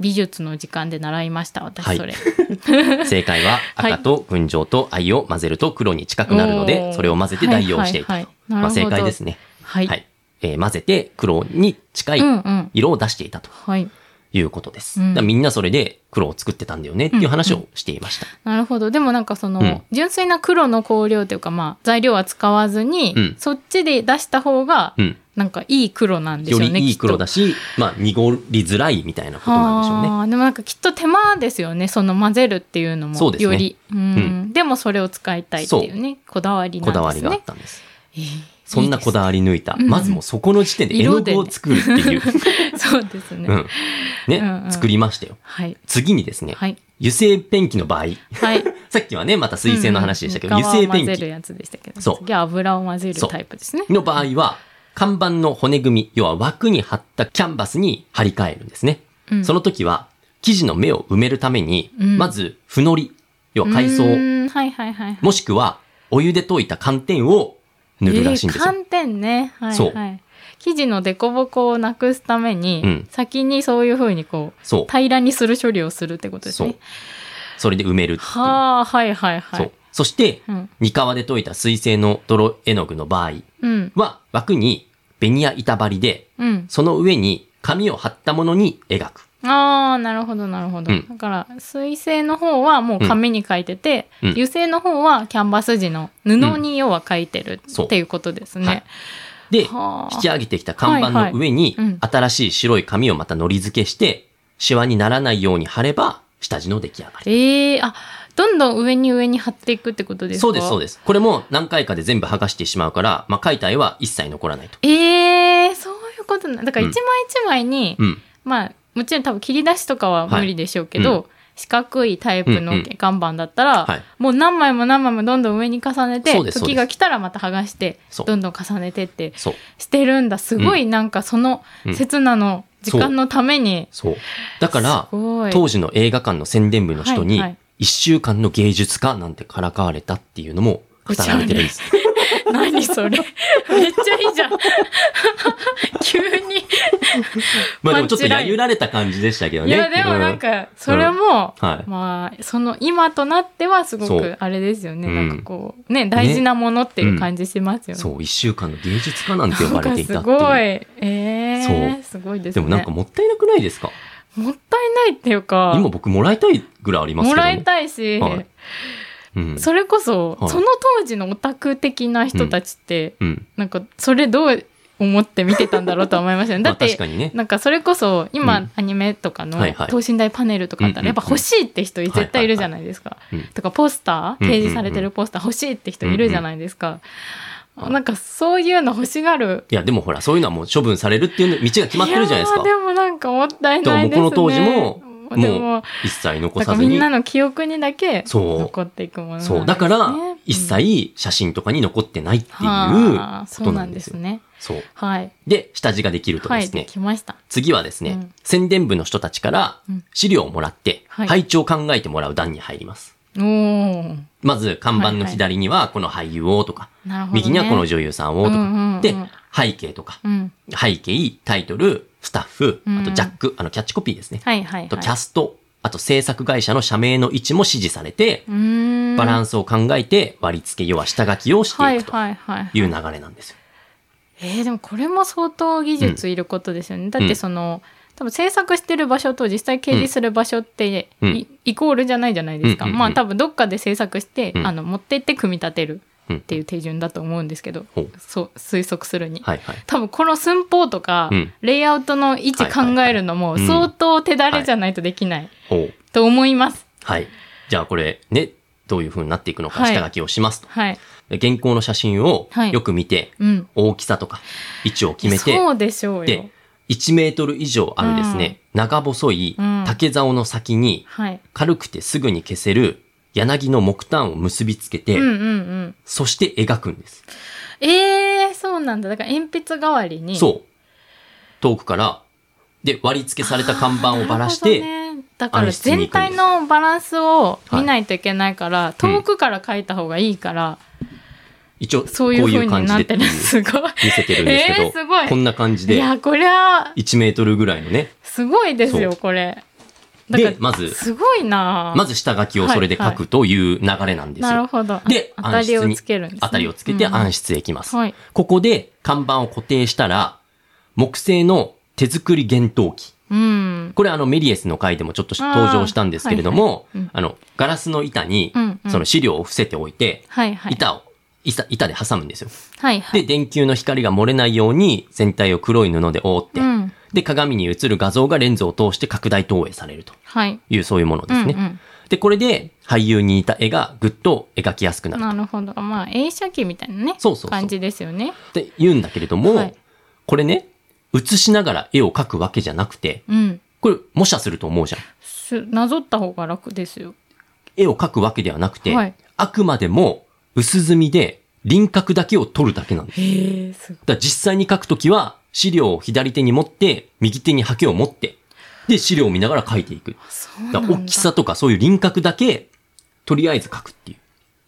美術の時間で習いました、
は
私
い
それ。
う正解は
はい
赤と群青と藍を混ぜると黒に近くなるので、
おー
それを混ぜて代用していくと。
はいはいはい
まあ、正解です
ね。
ね。
はい。
はい。えー混ぜて黒に近い
うんうん。
色を出していたと
はい。
いうことです。
うん
だからみんなそれで黒を作ってたんだよねっていう話をしていました。
なるほど。でもなんかその、
うん
純粋な黒の香料というか、まあ、材料は使わずに、
うん
そっちで出した方が、
うん。
なんかいい黒なんでしょ
よ
うね。
りいい黒だ
きっ
し、まあ濁りづらいみたいなこと
と
なんでしょうね。
はあでもなんかきっと手間ですよね。その混ぜるっていうのも。
そうですね
より。うん,、でもそれを使いたいっていうね。こだわりな
こ
んですね。
だわりがあったんです。
えー
そんな こだわり抜いた。
うん
まずもうそこの時点で絵の具を作るっていう。
いいですそうですね。
うん。ね、
うんうん
作りましたよ。
はい。
次にですね、
はい。
油性ペンキの場合、
はい。
さっきはね、また 水性の話でしたけど、
うん
油性ペ
皮を
ン
混ぜる
キ
やつでしたけど。
そう
次は油を混ぜる
そう
タイプですね。
の場合は、看板の骨組み、要は枠に貼ったキャンバスに貼り替えるんですね。
うん
その時は、生地の目を埋めるために、
うん
まず、ふのり、要は海
う
藻、
ーんはいはいはいはい。
もしくは、お湯で溶いた寒天を塗るらしいんですよ。
えー寒天ね。はい、
そう
はい。生地の凸凹をなくすために、
うん
先にそういうふうにこう、
そう。
平らにする処理をするってことです
そう
ね。。
それで埋めるっていう。
はあ、はいはいはい。
そう。そして、
うん。
煮皮で溶いた水性の泥絵の具の場合
うん。
は、枠にベニヤ板張りで、
うん。
その上に紙を貼ったものに描く。
ああ、なるほどなるほど。
うん
だから、水性の方はもう紙に書いてて、
うん
油性の方はキャンバス地の布に要は書いてる
そう
っていうことですね。
はいで、
はあ
引き上げてきた看板
はいはい
の上に
うん、
新しい白い紙をまた糊付けして、シワにならないように貼れば、下地の出来上がり。
ええあ、どんどん上に上に貼っていくってことですか
そうです、そう
です。
です。これも何回かで全部剥がしてしまうから、まあ、描いた絵は一切残らないと。
ええそういうことなだから
うん
一枚一枚に、
うん。
まあもちろん多分切り出しとかは無理でしょうけど、
はいうん
四角いタイプの
うんうん
看板だったら、
はい
もう何枚も何枚もどんどん上に重ねて
そうですそうです
時が来たらまた剥がして
そう
どんどん重ねてって
そう。
してるんだすごいなんかその
うん
刹那の時間のために、
そう。だから、
すごい
当時の映画館の宣伝部の人に
はいはい、
一週間の芸術家なんてからかわれたっていうのも語られてるんです。
何それめっちゃいいじゃん急に
まあでもちょっと
パンチライ
や
ン
ゆられた感じでしたけど
い
ね。
やでもなんかそれも、
うんはい
まあその今となってはすご
そう
くあれですよね、
うん
なんかこうね大事なものっていう感じします
うん
よね。
そう、一週間の芸術家なんて呼
な
ば
ん
れ
か
てい
す
たっていう。
ごいえー
そう
すごいです
で
ね。
もなんかもったいなくないですか
もったいないっていうか
今僕もらいたいぐらいありますけ
も
ど、ね。
らいたいし、
はいうん。
それこそ、
はい
その当時のオタク的な人たちって、
うん。
なんかそれどう思って見てたんだろうとは思いましたね。
ま
だ
あ
って、
確かにね。
なんかそれこそ今、
うん
アニメとかの
はいはい
等身大パネルとかあった
うん
ら
うんう
や
ん
っぱ欲しいって人絶対いるじゃないですか
はいはいはいうん。
とかポスタ
うんうんう
ー
ん
提示されてるポスター欲しいって人いるじゃないですか。なんかそういうの欲しがる。
いや、でもほら、そういうのはもう処分されるっていうの道が決まってるじゃないです
や
か
ー。でもなんかもったいないですね。
でもこの当時も
で
もう
も、
一切残
だか
さ
ら
ず
みん
に
な。の記憶にだけ
そう
残っていくものなんですね。
そう。だから
うん、
一切写真とかに残ってないっていう
はあ
こ
そ
と
う
な
なんん
で
ですす
よ。
ね。
そう。
はい。
で、下地ができると
は
で
い、
すね
で、きました。
次はですね、
うん
宣伝部の人たちから
うん
資料をもらって、
はい
配置を考えてもらう段に入ります。
おー。
まず、看板の左にはこの俳優をとか、
なるほど、ね。
右にはこの女優さんをとか、
うんうんうん
で、背景とか、
うん。
背景、タイトル、スタッフ、
うん
あとジャック、あの、キャッチコピーですね。
はいはい、はい。
あと、キャスト、あと、制作会社の社名の位置も指示されて、バ
バ
ラン
ス
スを考えて、割り付け、要は下書きをしていくと
はいはいはい。
いう流れなんですよ。
えーでもこれも相当技術いることですよね。だってその、多分制作してる場所と実際掲示する場所って、
うん
いイコールじゃないじゃないですか。
うんうんうん
まあ多分どっかで制作して、
うん
あの持ってって組み立てる
うん
っていう手順だと思うんですけど、
ほう
そう推測するに。
はいはい。
多分この寸法とか、
うん
レイアウトの位置考えるのも
はいはいはいうん
相当手だれじゃないとできない
ほう。
と思います。
はい。じゃあこれね、どういう風になっていくのか
はい
下書きをしますと。
はい。
で原稿の写真を
はい
よく見て、
うん。
大きさとか位置を決めて、
そうでしょうよ
で。、1メートル以上あるですね、長細い
うん
竹竿の先に
はい。
軽くてすぐに消せる柳の木炭を結びつけて、
うんうんうん。
そして描くんです。
えー、そうなんだ。だから鉛筆代わりに。
そう。遠くから、で、割り付けされた看板をばらし
なる
て、
ほどねだから
あの
全体のバランスを見ないといけないから、
うん
遠くから書いた方がいいから、
一応こ
そうういう風
いう
に
感じ
な
でっ
って
い
て
う
る。すごい。
見せてるんですけど、
えーすごい
こんな感じ
い
で
や、こりゃ、
1メートルぐらいのね、
すごいです
そ
よ、これ。だから
で、まず、
すごいな
まず下書きをそれで書くという流れなんですよ。
なるほど。
で
あ当たり
暗室
を
に
つけるんです、ね。
当たりをつけて暗
心。
室へ行きます。
はい。
ここで看板を固定したら、木製の手作り幻灯機。
うん。
これあのメリエスの回でもちょっと登場したんですけれども、あ,、
はいはいうん
の、ガラスの板に
うんう、ん
その資料を伏せておいて、
はいはい。
板を、板板で挟むんですよ。
はいはい。
で、電球の光が漏れないように全体を黒い布で覆って、
うん。
で、鏡に映る画像がレンズを通して拡大投影されると
はい。
いう、そういうものですね。
うんうん
で、これで俳優に似た絵がぐっと描きやすくなる
なるほど。まあ、映写機みたいなね。
そうそうそう
感じですよね。
って言うんだけれども、
はい
これね、映しながら絵を描くわけじゃなくて、
うん。
これ模写すると思うじゃん。
すなぞった方が楽ですよ。
絵を描くわけではなくて、
はい
あくまでも薄墨で輪郭だけを取るだけなんです。
へえ、すごい。
だから実際に描くときは資料を左手に持って、右手にハケを持って、で資料を見ながら描いていく。
そうなんだ
だから大きさとかそういう輪郭だけ、とりあえず描くっていう。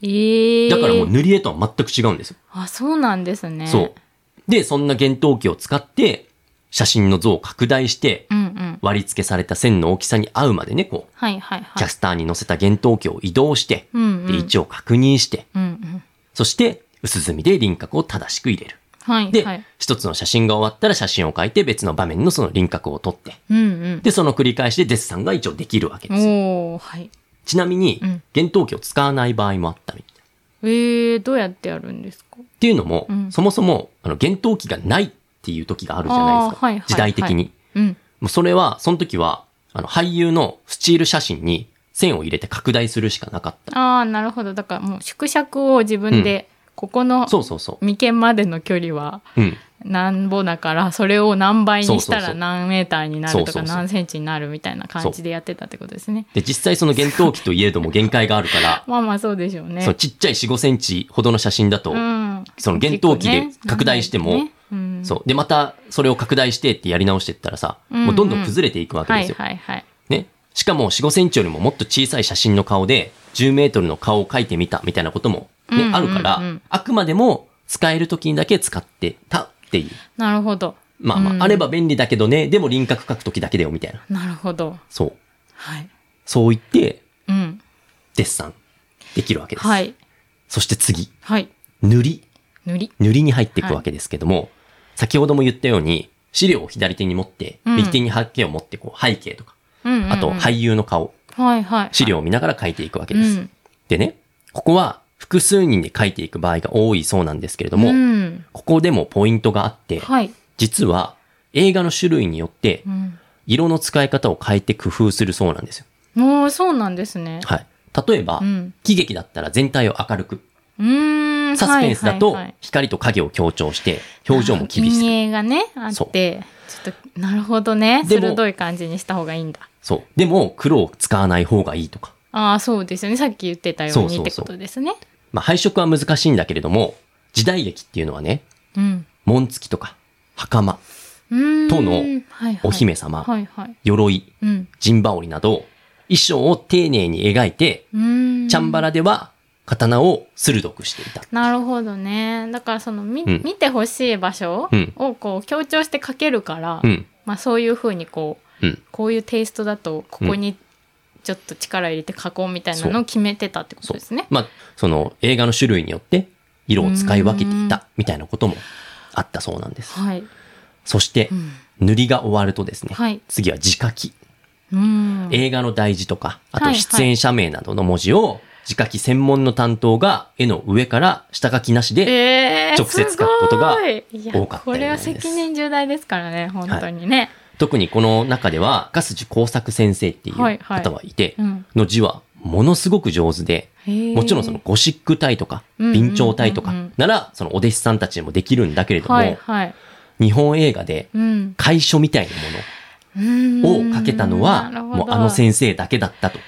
ええ
だからもう塗り絵とは全く違うんですよ。
あ、そうなんですね。
そう。。で、そんな幻灯機を使って、写真の像を拡大して、
うんうん。
割り付けされた線の大きさに合うまでね、こう、
はいはいはい。
キャスターに乗せた幻灯機を移動して、
うんうん。
で位置を確認して、
うんうん。
そして薄墨で輪郭を正しく入れる。
はい
で、
はい。
一つの写真が終わったら写真を描いて別の場面のその輪郭を取って、
うん
で、その繰り返しでデッサンが一応できるわけ
う
で
ん。
すよ。
おおはい。
ちなみに
うん、
幻灯機を使わない場合もあったみたい。
ええどうやってやるんですか
っていうのも、
うん
そもそも、あの、幻灯機がないっていう時があるじゃないですか。
あーはいはい
時代的に。
うん。
もうそれは、その時は、あの、俳優のスチール写真に線を入れて拡大するしかなかった。
ああ、なるほど。だからもう縮尺を自分で、ここの
そうそうそ
眉間までの距離は
う。うん。
なんぼだから、それを何倍にした
そうそうそ
ら
う
何メーターになると
そうそ
か
うそう
何センチになるみたいな感じでやってたってことですね。
で、実際その幻灯機といえども限界があるから、
まあまあそうでしょう ね。
そのちっちゃい4、5センチほどの写真だと、
うん
その幻灯機で拡大しても、
うん
そう。で、またそれを拡大してってやり直してったらさ、
うんうん
もうどんどん崩れていくわけ
は
で
い
すよ。
はいはい。
ね。しかも4、5センチよりももっと小さい写真の顔で、10メートルの顔を描いてみたみたいなことも、ね、
うんうんうん
あるから、あくまでも使える時にだけ使ってたっていう。
なるほど。
まあまあ、
うん
あれば便利だけどね、でも輪郭書くときだけだよ、みたいな。
なるほど。
そう。
はい。
そう言って、
うん。
デッサンできるわけです。
はい。
そして次、
はい。
塗り。
塗り。
塗りに入っていくわけですけども、先ほども言ったように、資料を左手に持って、
うん
右手に背景を持って、こう、背景とか、
うんうんうん
あと俳優の顔、
はいはい。
資料を見ながら書いていくわけで
う
す
ん。
でね、ここは複数人で書いていく場合が多いそうなんですけれども、
うん。
ここでもポイントがあって、
はい。
実は映画の種類によって
うん。
色の使い方を変えて工夫するそうなんですよ。
もうそうなんですね。
はい。例えば、
うん
喜劇だったら全体を明るく、
うーん。
サスペンスだ
はい
と
はいはい
光と影を強調して表情も厳し
陰
く。
影がね、あって、ちょっと、なるほどね。
でも
鋭い感じにした方がいいんだ。
そう。でも黒を使わない方がいいとか。
ああ、そうですよね。さっき言ってたよう
そうそうそう
にってことですね。
まあ配色は難しいんだけれども、時代劇っていうのはね、
うん。
紋付きとか、袴、
うーん。
との
はいはい
お姫様
はいはい。
鎧、
うん。
陣羽織など、衣装を丁寧に描いて、
うーん。
チャンバラでは刀を鋭くしていた。
なるほどね。だからそのみ、
うん
見てほしい場所
うん
をこう強調して描けるから、
うん。
まあそういうふうにこう、
うん。
こういうテイストだとここにちょっと力入れて描こうみたいなのを決めてたってことですね。
まあ、その映画の種類によって色を使い分けていたみたいなこともあったそうなんです。
はい。
そして
う、ん。
塗りが終わるとですね、
はい
次は字書き。
うん。
映画の題字とか、あ
は
と
いはい
出演者名などの文字を字書き専門の担当が絵の上から下書きなしで、
えー、
直接書くことが
すごいい
多かっ
や
たようです
これは責任重大ですからね、本当にね。
特にこの中では、ガスジ工作先生っていう
はいはい
方はいて、
うん
の字はものすごく上手で、
も
もちろんそのゴシック体とか、
うんうん
備長体と
うんうん
かなら、そのお弟子さんたちにもできるんだけれども、
はいはい。
日本映画で
うん。
楷書みたいなものを
を
かけたのは、もうあの先生だけだったと。だか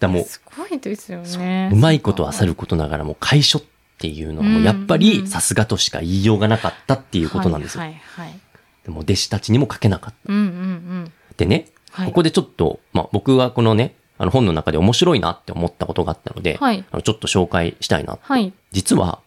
らもう、
すごいですよね。
うまいことはさることながらも楷書っていうのはもうやっぱ
うん
りさすがとしか言いようがなかったって
て
いうことなんですよ。
はいはいはい。
でも弟子たちにも書けなかっ
うんうんうん。
た。でね、
はい
ここでちょっと、まあ僕はこのね、あの本の中で面白いなって思ったことがあったので、
はい
あのちょっと紹介したいな。
はい。
実は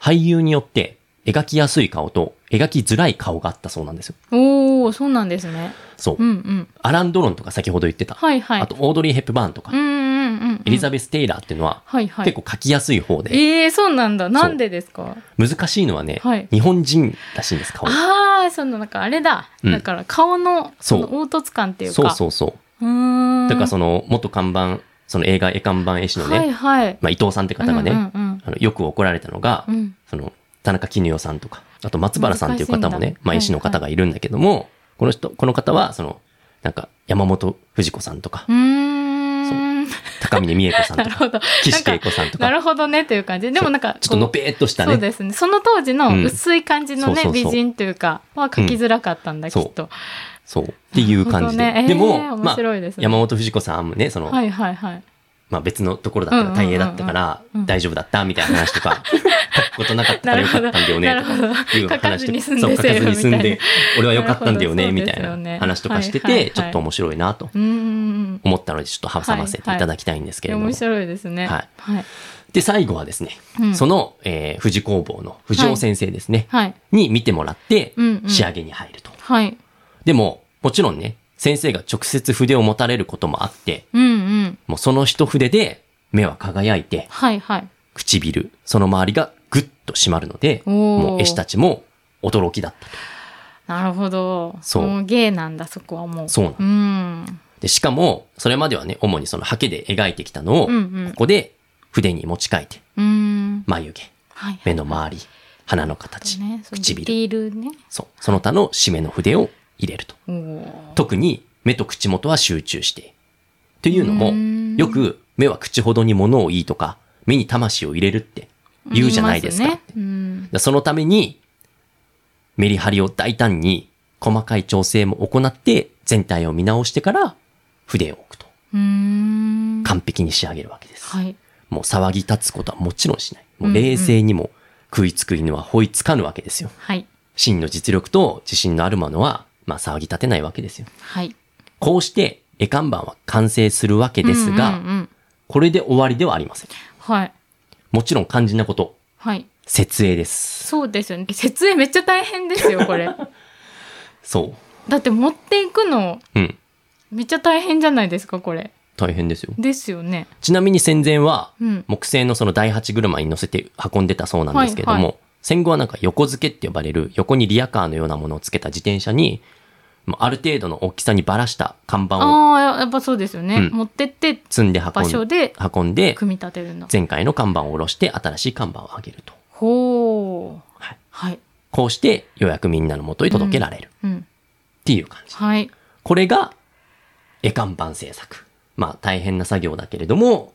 俳優によって描きやすい顔と描きづらい顔があったそうなんですよ。
おお、そうなんですね。
そう。
うんうん。
アラン・ドロンとか先ほど言ってた。
はいはい。
あと、オードリー・ヘップバーンとか、
うんうんうんうん。
エリザベス・テイラーっていうのは、
はいはい。
結構書きやすい方で、
ええー、そうなんだ。なんでですか
難しいのはね、
はい
日本人らしいんです、顔。
ああ、そのなんかあれだ。
うん
だから顔の
そ
そうの凹凸感っていうか。
そうそうそう
うーん。
だからその、元看板、その映画絵看板絵師のね、
はいはい。
まあ、伊藤さんって方がね、
うんうん
あのよく怒られたのが、
うんうん。
その、田中絹代さんとか、あと松原さんっていう方も
難しいん
ね
だ、
まあ、絵師の方がいるんだけども、この人、この方は、その、なんか、山本藤子さんとか
う、ーん。
高峰美恵子さん
な
と
る
か、
ほど。
岸恵子さんと
な
か、
るほどねという感じ。でもなんか、
ちょっとのぺーっとした
そう
ね、
ですね。その当時
う
の
ん
薄い感じのね、
そうそうそう
美人というか、は書きづらかったんだ、
そう
きっと。
そう、っていう感じで。
なるほどね
で
えー
も、
面
まあ、
白いですね
山本藤子さんもね、その、
はいはいはい。
まあ別のところだったら、大英だったから
うんうんうんうん、
大丈夫だったみたいな話と か、書くことなかったからよかったんだよね、
なる
と
ほ
か
ど。
いう
書か
話
ず
と
に
か、
済ん
そう
で
書かずに
セーフみ
済ん
たい
で
な、
俺は良かったんだよね、
なるほ
み
ど
たい
そうですよね
な話とかして
はいはいは
て、
い
ちょっと面白いなと
うんうん
思ったので、ちょっと挟ませていただきたいんですけ
う
れど
ん。
も
面。白いですね。
はい
はい。
で、最後はですね
う、ん
その、えー、富士工房の藤尾先生ですね、
はい。
に見てもらって
うんう、ん
仕上げに入ると。
はい。
でも、もちろんね、先生が直接筆を持たれることもあって、
うんうん。
もうその一筆で目は輝いて、
はいはい。
唇、その周りがぐっと締まるので、
おー
もう絵師たちも驚きだったと。
なるほど。
そう
も芸なんだ、そこはもう。
そうなの
うん。
で、しかも、それまではね、主にそのハケで描いてきたのを、
うんうん
ここで筆に持ち替えて、
うん。
眉毛、
はいはい。
目の周り、鼻の形、
ね、そのディテ
唇、
ィールね。
そう、その他の締めの筆を入れると。
おー
特に目と口元は集中して。というの
う
も
ーん、
よく目は口ほどに物をいいとか、目に魂を入れるって言うじゃないですか。
言いますねうん。
でそのために、メリハリを大胆に細かい調整も行って、全体を見直してから筆を置くと
うーん。
完璧に仕上げるわけです。
はい。
もう騒ぎ立つことはもちろんしない。もう冷静にも食いつく犬は追いつかぬわけですよ。
はい。
真の実力と自信のあるものは、まあ騒ぎ立てないわけですよ。
はい。
こうして絵看板は完成するわけですが、
うんうんうん
これで終わりではありません。
はい。
もちろん肝心なこと、
はい。
設営です。
そうですよね。設営めっちゃ大変ですよ、これ。
そ
だって持っていくの
う。うん。
めっちゃ大変じゃないですかこれ
大変ですよ。
ですよね
ちなみに戦前は、
うん
木製のその第8車に乗せて運んでたそうなんですけれども、
はいは
戦後はなんか横付けって呼ばれる、横にリアカーのようなものをつけた自転車に、まあある程度の大きさにばらした看板を
ああややっぱそうですよね、
うん
持ってって
積んで
場所
運ん
で
運んで、
組み立てるんだ
前回の看板を下ろして新しい看板を上げると。
ほう
はい
はい
こうして、ようやくみんなの元に届けられる
うん
っていう感じ。
はい
これが、絵看板制作。まあ、大変な作業だけれども、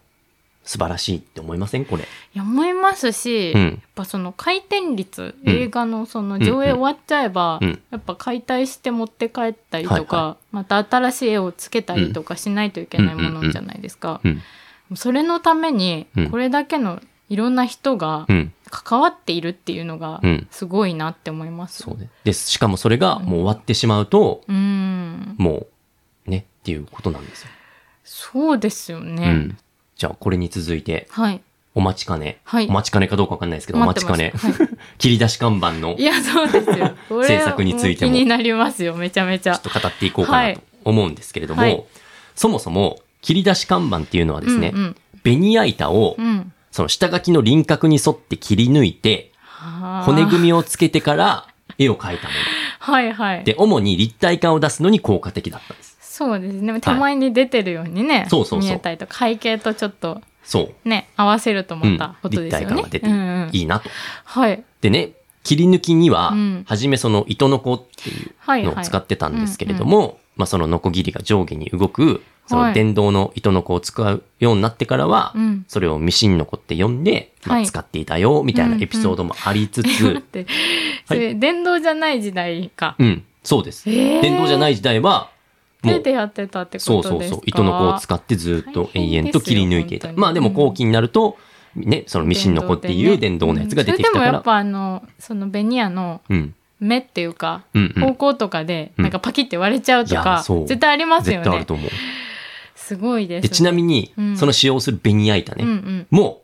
素晴らしいって思いませんこれ。
いや思いますし、
うん
やっぱその回転率、
うん
映画のその上映終わっちゃえば、
うん
やっぱ解体して持って帰ったりとか、
はい
また新しい絵をつけたりとかしないといけないものじゃないですか。
うん。
それのために
うん
これだけのいろんな人が
うん。
関わっているっていうのが
うん
すごいなって思います。
そうね。です。しかもそれがもう終わってしまうと、
うーん
もう、ね、っていうことなんですよ。
そうですよね。
うん。じゃあ、これに続いて、
はい。
お待ちかね。
はい
お待ちかねかどうかわかんないですけど、お
待
待
っ
ち
て
か
ま
ね。
す。はい
切り出し看板の、
い
ちょ
や、そうですよ。これ
制作についても
う気になりますよ、めちゃめちゃ
っ。と語っていこうかなと思うんですけれども、
はい
そもそも、切り出し看板っていうのはですね、
うん
ベニヤ板を
うん、うん
その下書きの輪郭に沿って切り抜いて、骨
骨
組みをつけてから絵を描いたも
はいはい
の。。で、主に立体感を出すのに効果的だったんです。
そうですね。手前に出てるようにね、
そうそうそう
見えたりと背景とちょっと
そう。
ね、合わせると
う
ま
ん
たこ。と
立
です
体
よ
感
ね
が。出て
うんうん
いいなと。
はい。
でね、切り抜きには
うん、
はじめその糸のこっていう
はい
のを
はい。
使ってたんですけれども、まあそのノコギリが上下に動く、そ
は
の
い
電動の糸のこを使うようになってからは
うん、
それをミシンのこって呼んで、ま
は
あ
い
使っていたよ、みたいなエピソードもありつ
待っ
つ、
て、それ、電動じゃない時代か。
うん、そうです。
えー
電動じゃない時代は、も
手
う
でやってたってこ
そ
と
う
で
そう
すか
そう。糸の子を使ってずっと延々と切り抜いていた。
大変ですよ本当に
まあでも後期になると、ね、そのミシンの子っていう電動のやつが出てきた
そ
か
れでもやっ
ら。
ぱあの、そのベニヤの
うん。
目っていうか、
うんうん
方向とかで、
うん
なんかパキって割れちゃうと
いや
か、
そう
絶対ありますよ
絶対ある
ね
と。思う。
すごいで
で、
す、
ちなみに
う、ん
その使用するベニヤ板
うんう
ね、
ん。
も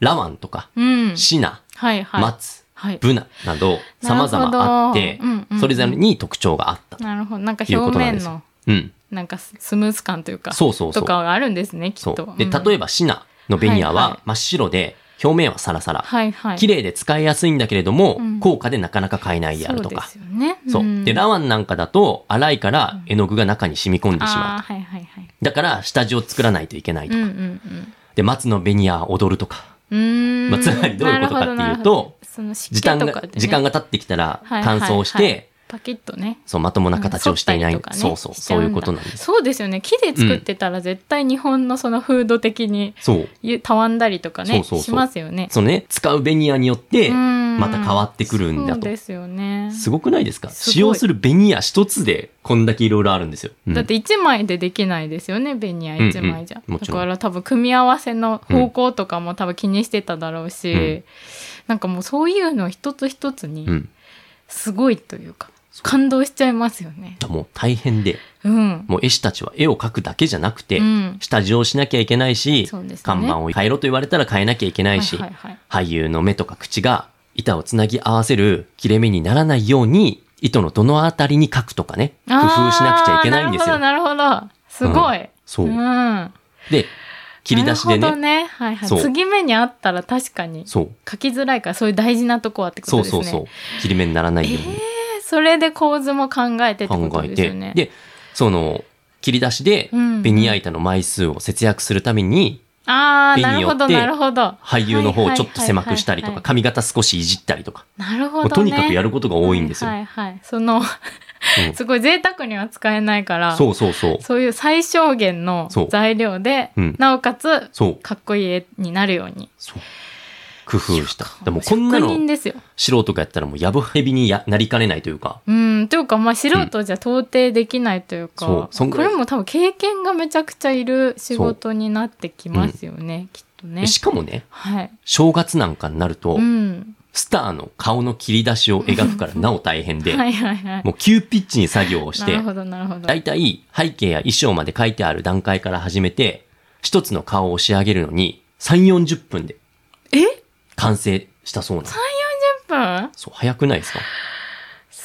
う、ラワンとか、
うん。
シナ、
はいはい。
松、
はい。
ブナなど、様々あって
なるほどうんうんう、ん
それぞれに特徴があったと
なるほど。なんか
いうこと
表
なんで
面
す
の
よ。うん。
なんかススムース感というか、
そうそうそう
とかがあるんですね、きっ
そ
と。
う。で、
うん
例えばシナのベニヤ
はいは
はい真っ白で、表面はサラサラ。
はいはい。
綺麗で使いやすいんだけれども
う、ん
高価でなかなか買えないであるとか
そ。うですよね。
そう。で、ラワンなんかだと、粗いから絵の具が中に染み込んでしま
あ
う
あ、
と。
はいはいはい。
だから、下地を作らないといけないと
うん
か。
うんうん。
で、松のベニヤは踊るとか。
うーん
まあつまりどういうことかっていうと
なるほどなるほどその湿
時
気とか
間
で、ね
が、、時間が経ってきたら
はいはいは
乾
い
燥して、
パキッとね。
そう、まともな形をしていない
反ったりと。かね
そうそう、
しち
そ
ゃん
う
だ
いうことなんです。
そうですよね。木で作ってたら絶対日本のその風土的に
そう。
ゆたわんだりとかね
そうそうそう
しますよね。
そのね、使うベニヤによって、
うん
また変わってくるんだ
そう
と
で。すよね。
すごくないですか
すごい
使用するベニヤ一つで、こんだけいろいろあるんですよ。うん
だって1枚でできないですよねベニヤ1枚じゃ、
うんうんもち
だ
ろん
から多分組み合わせの方向とかも多分気にしてただろうし、
うん
なんかもうそういうの一つ一つ
う
に
ん。
すごいというか、感動しちゃいますよね。
もう大変で、
うん、
もう絵師たちは絵を描くだけじゃなくて、
うん
下地をしなきゃいけないし、
そうですね
看板を変えろと言われたら変えなきゃいけないし、
はいはいはい
俳優の目とか口が板をつなぎ合わせる切れ目にならないように、糸のどのあたりに描くとかね、工夫しなくちゃいけないんです
あー
よ。
なるほどなるほどすごい、
うんそう
うん
で、切り出しで
なる
ね
ほどね、はいはい、
そう
継ぎ目にあったら確かに
そう、
書きづらいからそういう大事なとこはってこと
そ
で
う
すね
そうそう、切れ目にならないように
えそれで構図も考えてってこ
考
と
え
で
て、
すよね
で、その、切り出しで
うんう、ん
ベニヤ板の枚数を節約するために、
ああ、
絵
な
に
る
よっ
ほど、
て
なるほど。
俳優の方をちょっと狭くしたりとか、
はいは
髪型少しいじったりとか、
いはいはい。なるほ
も
ど、
う
ね。
とにかくやることが多いんですよ
は。いはいはい。そ
う
の、
ん
すごい贅沢には使えないから、
そうそうそう。
そういう最小限の
そう
材料で、
うん
なおかつ、
そう。
かっこいい絵になるように。
そう。工夫した。でもこんな
職人
の
ですよ。
素人がやったらもうやぶへびにやなりかねないというか、
うん、というか、まあ、素人じゃ到底できないというか、
そうそんぐ
こ
らい
れも多分経験がめちゃくちゃいる仕事になってきますよね、きっとね。
しかもね、
はい。
正月なんかになると、
うん。
スターの顔の切り出しを描くからなお大変で、
はいはいはい。
もう急ピッチに作業をし
な
て
る、ほど、なるほど。
だいたい背景や衣装まで書いてある段階から始めて、一つの顔を仕上げるのに3、40分で
え
完成したそうなんです。
分
そう、早くないですか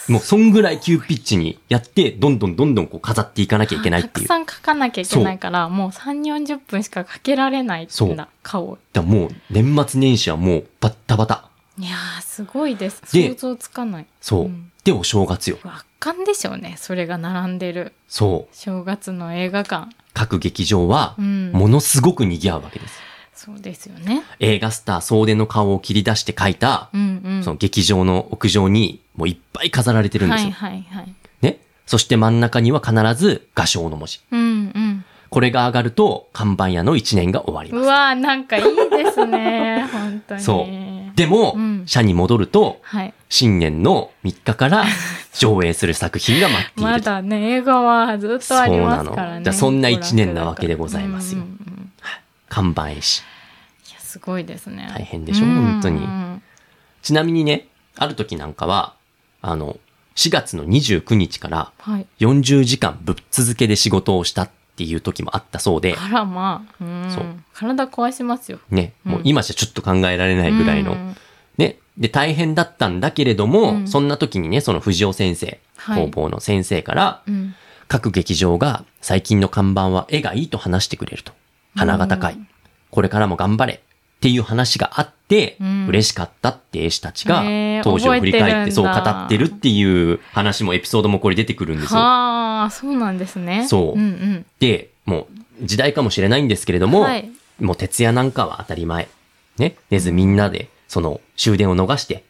もうそんぐらい急ピッチにやって、どんどんどんどんこう飾っていかなきゃいけないっ
あ
て
た
い
く
う。だか
さん書かなきゃいけないからもう3 4 0分しかかけられない
そ
ん
う
だ顔
らもう年末年始はもうバッタバタ。
いやーすごいです
で
想像つかない
そう。
ん
で、お正月よ。
圧巻でしょうねそれが並んでる
そう。
正月の映画館
各劇場は、
うん
ものすごく賑わうわけです。
そうですよね
映画スター総出の顔を切り出して描いた、
うんうん
その劇場の屋上に、もういっぱい飾られてるんで
は
すよ。
いはいはい
ね。そして真ん中には必ず画商の文字。
うんうん
これが上がると、看板屋の1年が終わり
う
ます。
わーなんかいいです ね本当に
そうでも、
うん
社に戻ると、
はい
新年の3日 から上映する作品が待っている。
まだね映画はずっとあります
そう
か
な
ら
の
ね
じゃあそんな一年なわけで
娯楽だ
ござ
から
いますよ
うんうんうん
看板絵師。
いやすごいですね
大変でしょ本当に
うん
ちなみにね、ある時なんかは、あの、4月の29日から
はい
40時間ぶっ続けで仕事をしたっていう時もあったそうで、
あらまあうん
そう
体壊しますよ
ね、
うん
もう今じゃちょっと考えられないぐらいうの。
ん
ね、で、大変だったんだけれども、
うん
そんな時にね、その藤尾先生、
はい
工房の先生から、
うん
各劇場が最近の看板は絵がいいと話してくれると。鼻が高い。
うん
これからも頑張れ。っていう話があって、
うん
嬉しかったって絵師たちが
へー
当時を振り返ってそう語
覚えてるんだ
ってるっていう話もエピソードもこれ出てくるんですよ。
はあそうなんですね
そう
うんうん
で、もう時代かもしれないんですけれども、
はい
もう徹夜なんかは当たり前。ね、寝ずみんなでその終電を逃して、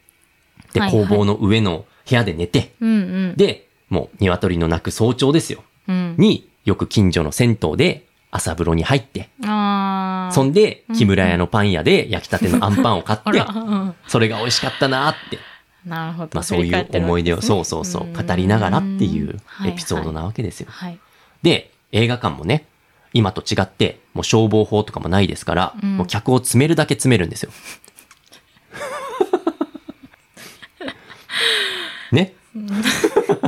で、
はいはい
工房の上の部屋で寝て、
うんうん
で、もう鶏の鳴く早朝ですよ。
うん
によく近所の銭湯で朝風呂に入って、
ああ
そんで
うん
木村屋のパン屋で焼きたてのあんパンを買っ
あ
て
ら、うん
それが美味しかったなって、
なるほど
まあそう
振り
い
返
う
ってるわ
思い
け
出
で
を、
すね
そうそうそう、
ん
語りながらっていうん
はい
エピソードなわけですよ。
はい
で、映画館もね、今と違って、もう消防法とかもないですから、
うん
もう客を詰めるだけ詰めるん ですよ。ね
ツッ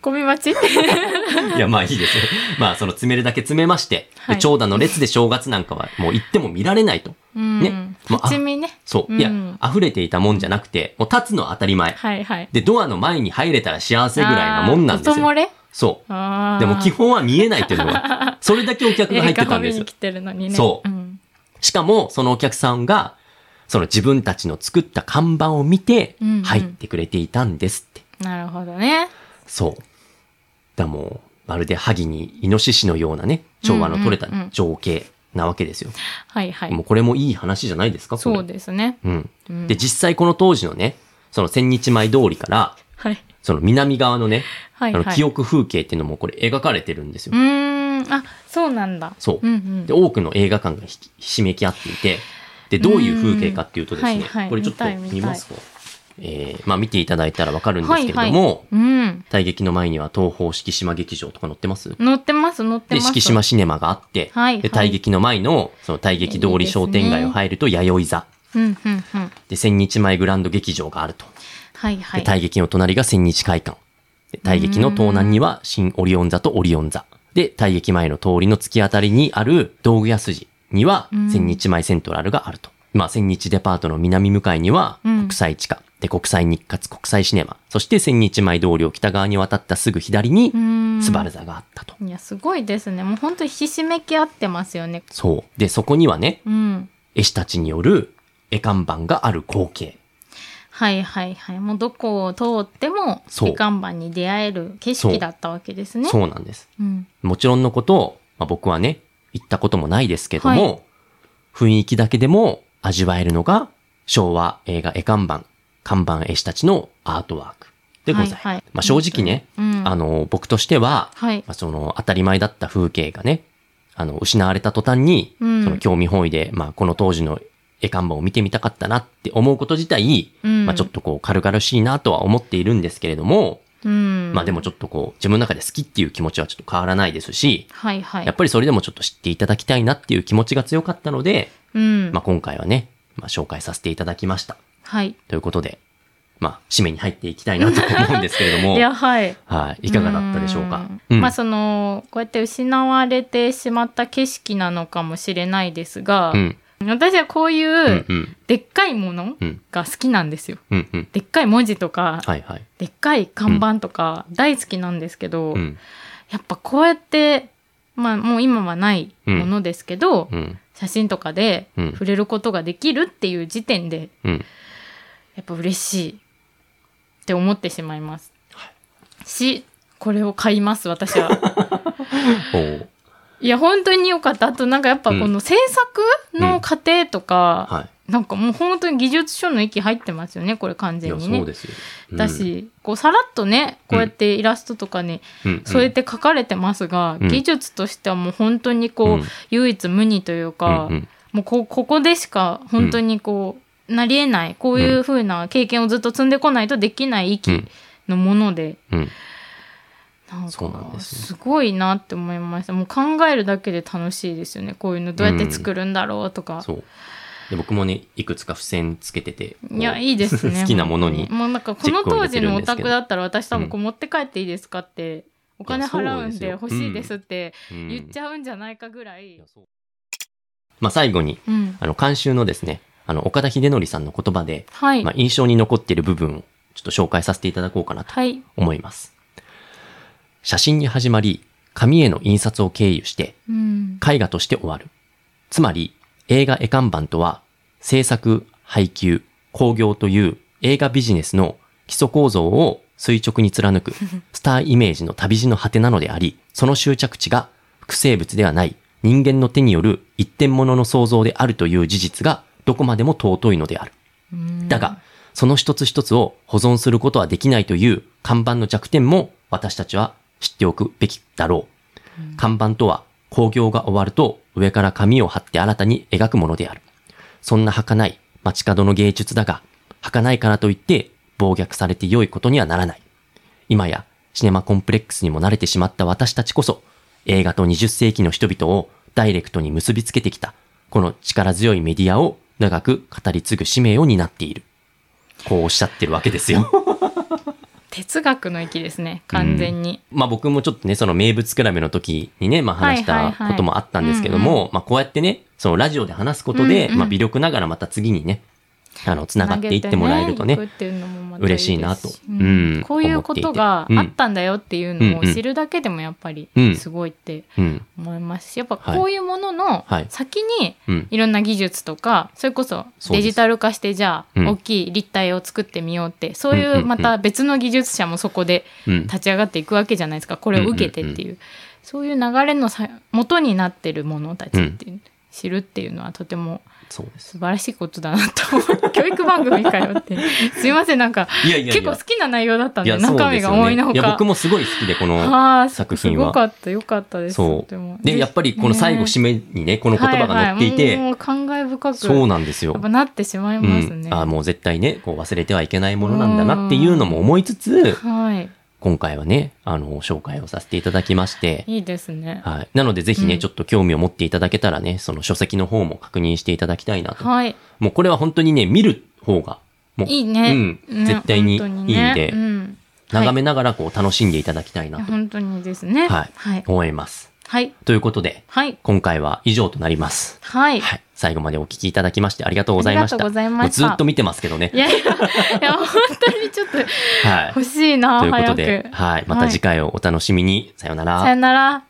コミ 待ち
いや、まあいいですよ。まあ、その詰めるだけ詰めまして、
はい
で長蛇の列で正月なんかはもう行っても見られないと。
うん
ねまあ
立ち見ね
そう。
うん
いや、溢れていたもんじゃなくて、もう立つのは当たり前。
はいはい
で、ドアの前に入れたら幸せぐらいなもんなんです
あー音漏
よ。
れ
そう。
あー
でも基本は見えないというの は、それだけお客が入ってたんで
映画を見
すよ
に来。てるのにね。
そう
うん。
しかも、そのお客さんが、その自分たちの作った看板を見て
うんうん、
入ってくれていたんですって。
なるほどね。
そう。だもう、まるで萩にイノシシのようなね、調和の取れた
うんうんうん
情景なわけですよ。
はいはい。
もうこれもいい話じゃないですか、これ
そうですね。
うん。
うん
で、実際この当時のね、その千日前通りから、
はい。
その南側のね、
はい
あ
は
の
い。
記憶風景っていうのもこれ描かれてるんですよ
う。ーん。あ、そうなんだ。
そう
うんうん
で、多くの映画館がひひしめき合っていて、で、どういう風景かっていうとですね、
うんはいはい
これちょっと
見たい見たい
見ますと、えー、まあ見ていただいたらわかるんです
は
け
い
れ
は
ど
い。
も、
うん。
大劇の前には東宝敷島劇場とか載ってます
乗ってます、乗って
で、
ます。
敷島シネマがあって、
はいはい
で、大劇の前の、その大劇通り商店街を入ると弥生座。
うんうんうん。
で、千日前グランド劇場があると。
はいは
で、
い。
大劇の隣が千日会館。で、大劇の東南には新オリオン座とオリオン座。で、大劇前の通りの突き当たりにある道具屋筋には
うん
千日前セントラルがあると。まあ、千日デパートの南向かいには
うん
国際地下、で、国際日活、国際シネマ。そして千日前通りを北側に渡ったすぐ左に
う、ーん。
スバル座があったと。
いや、すごいですね。もう本当にひしめき合ってますよね。
そう。で、そこにはね、
うん。
絵師たちによる絵看板がある光景。
はいはいはい。もうどこを通っても、
そう
絵看板に出会える景
そう
色だったわけですね。
そうなんです。
うん。
もちろんのこと、まあ、僕はね、行ったこともないですけども、
は
雰囲気だけでも味わえるのが、昭和映画絵看板、看板絵師たちのアートワークでございます。
はいはい
まあ、正直ね、
うん。
あの、僕としては、
はい
まあ、その、当たり前だった風景がね、あの、失われた途端に、
うん
その興味本位で、まあ、この当時の絵看板を見てみたかったなって思うこと自体、
うん
まあ、ちょっとこう、軽々しいなとは思っているんですけれども、
うん。
まあ、でもちょっとこう、自分の中で好きっていう気持ちはちょっと変わらないですし、
はいはい。
やっぱりそれでもちょっと知っていただきたいなっていう気持ちが強かったので、
うん。
まあ、今回はね、まあ、紹介させていただきました。
はい。
ということで、まあ、締めに入っていきたいなと思うんですけれども
い、や、はい。
はい、いかがだったでしょうか。
う
う
ん
ん
まあそのこうやって失われてしまった景色なのかもしれないですが、
うん
私はこうい
うん
う
うん
でっかいもの
うん
が好きなんですよ。
うんうん。
でっかい文字とか、
はいはい。
でっかい看板とか大好きなんですけど、
うん
やっぱこうやって、まあもう今はないものですけど、
うん
写真とかで
うん
触れることができるっていう時点で、
うん。
やっぱ嬉しいって思ってしまいます。し、これを買います、私は。
おー
いや、本当に良かった。あとなんかやっぱこの制作の過程とか、
は
なんかもう本当に技術書の域入ってますよね、これ完
い。い
全
や、
に
そう
ね。
ですよ。うん
だ、し、こうさらっとね、こうやってイラストとかに
うん
添えて書かれてますが、
うん
技術としてはもう本当にこう、
うん
唯一無二というか、
うんうん
もうこここでしか本当にこう、なり得ない、こういう風な経験をずっと積んでこないとできない
うん
域のもので、
うん
なん
そうなん
か
ですよ
すごいなって思いました。もう考えるだけで楽しいですよね。こういうのどうやって作るんだろうとか。
そう。で僕もね、いくつか付箋つけてて。
いや、いいですね。
好きなものに
本当もうなんか、この当時のオタクだったら、私多
う
分
ん
こう持って帰っていいですかって、お金払うんで
いやそうで
欲
すよ
しいですって
うん
言っちゃうんじゃないかぐら
い
い
や。そうまあ、最後に、
うん。
あの、監修のですね、あの、岡田秀則さんの言葉で、
はい
まあ、。印象に残っている部分をちょっと紹介させていただこうかなと
はい。
思います。写真に始まり、紙への印刷を経由して、
うん。
絵画として終わる。つまり、映画絵看板とは、制作、配給、興行という映画ビジネスの基礎構造を垂直に貫 く、スターイメージの旅路の果てなのであり、その終着地が複生物ではない人間の手による一点物の創造であるという事実がどこまでも尊いのである。
うん
だが、その一つ一つを保存することはできないという看板の弱点も私たちは知っておくべきだろう。看板とは、工業が終わると上から紙を貼って新たに描くものである。そんな儚い街角の芸術だが、儚いからといって暴虐されて良いことにはならない。今やシネマコンプレックスにも慣れてしまった私たちこそ、映画と20世紀の人々をダイレクトに結びつけてきた、この力強いメディアを長く語り継ぐ使命を担っている。こうおっしゃってるわけです よ。
哲学の域ですね完全に、
まあ僕もちょっとね、その名物比べの時にね、まあ話し
はいはい
た
はい
こともあったんですけど
うん
も、まあこうやってね、そのラジオで話すことで、
うんうん
まあ微力ながらまた次にね、あの、繋がっていってもらえるとね
投げ、てね行くっていうのもまた
嬉しいなと
ですし
うん
こういうことが
思
あ
っていて
ったんだよっていうのを知るだけでもやっぱり
うん
すごいって
うん、
思いますしやっぱ
はい
こういうものの
はい
先に
うん、
いろんな技術とかそれこそ
そうで
デ
す
ジタル化してじゃ
うん
あ大きい立体を作ってみようってそう
うんうん
いううんまた別の技術者もそこで
うん。
立ち上がっていくわけじゃないですかこれを受けてっていうそういう流れのさ元になってるものたちっていう知るっていうのはとても
そうです。
素晴らしいことだなと思う教育番組か よってすいませんなんか
いやいやいや。
結構好きな内容だったん
い
で
やそう
中身
です
が
よ
思
ね
いのほ
いや
か
僕もすごい好きでこの
はあす
作品は
すごかったよかったです
そ
とても
うでやっぱりこの最後締めにねこの言葉が載ってい
ははも
て
う感慨深く
そうなんですよ
やっぱなってしまいます
う
ね、
ん、あーもう絶対ねこう忘れてはいけないものなんだなっていうのも思いつつ
はい
今回はねあの紹介をさせていただきまして、
いいですね
はい、なのでぜひね、
うん
ちょっと興味を持っていただけたらねその書籍の方も確認していただきたいなと、
はい
もうこれは本当にね見る方がもう
いいね,、
うん、
ね
絶対にいいんで、
本当にねうん
眺めながらこう楽しんでいただきたい
はいい
な
や
と
本当にですね
はい
はい
思います。
はい
ということで
はい
今回は以上となります。
はい
はい。最後までお聞きいただきましてありがとうございました。
ありがとうございました
もうずっと見てますけどね
い。やいやいや本当にちょっと
はい
欲。しいな
ということ
早
で
く、
はい。また次回をお楽しみに。さようなら
さよ。なら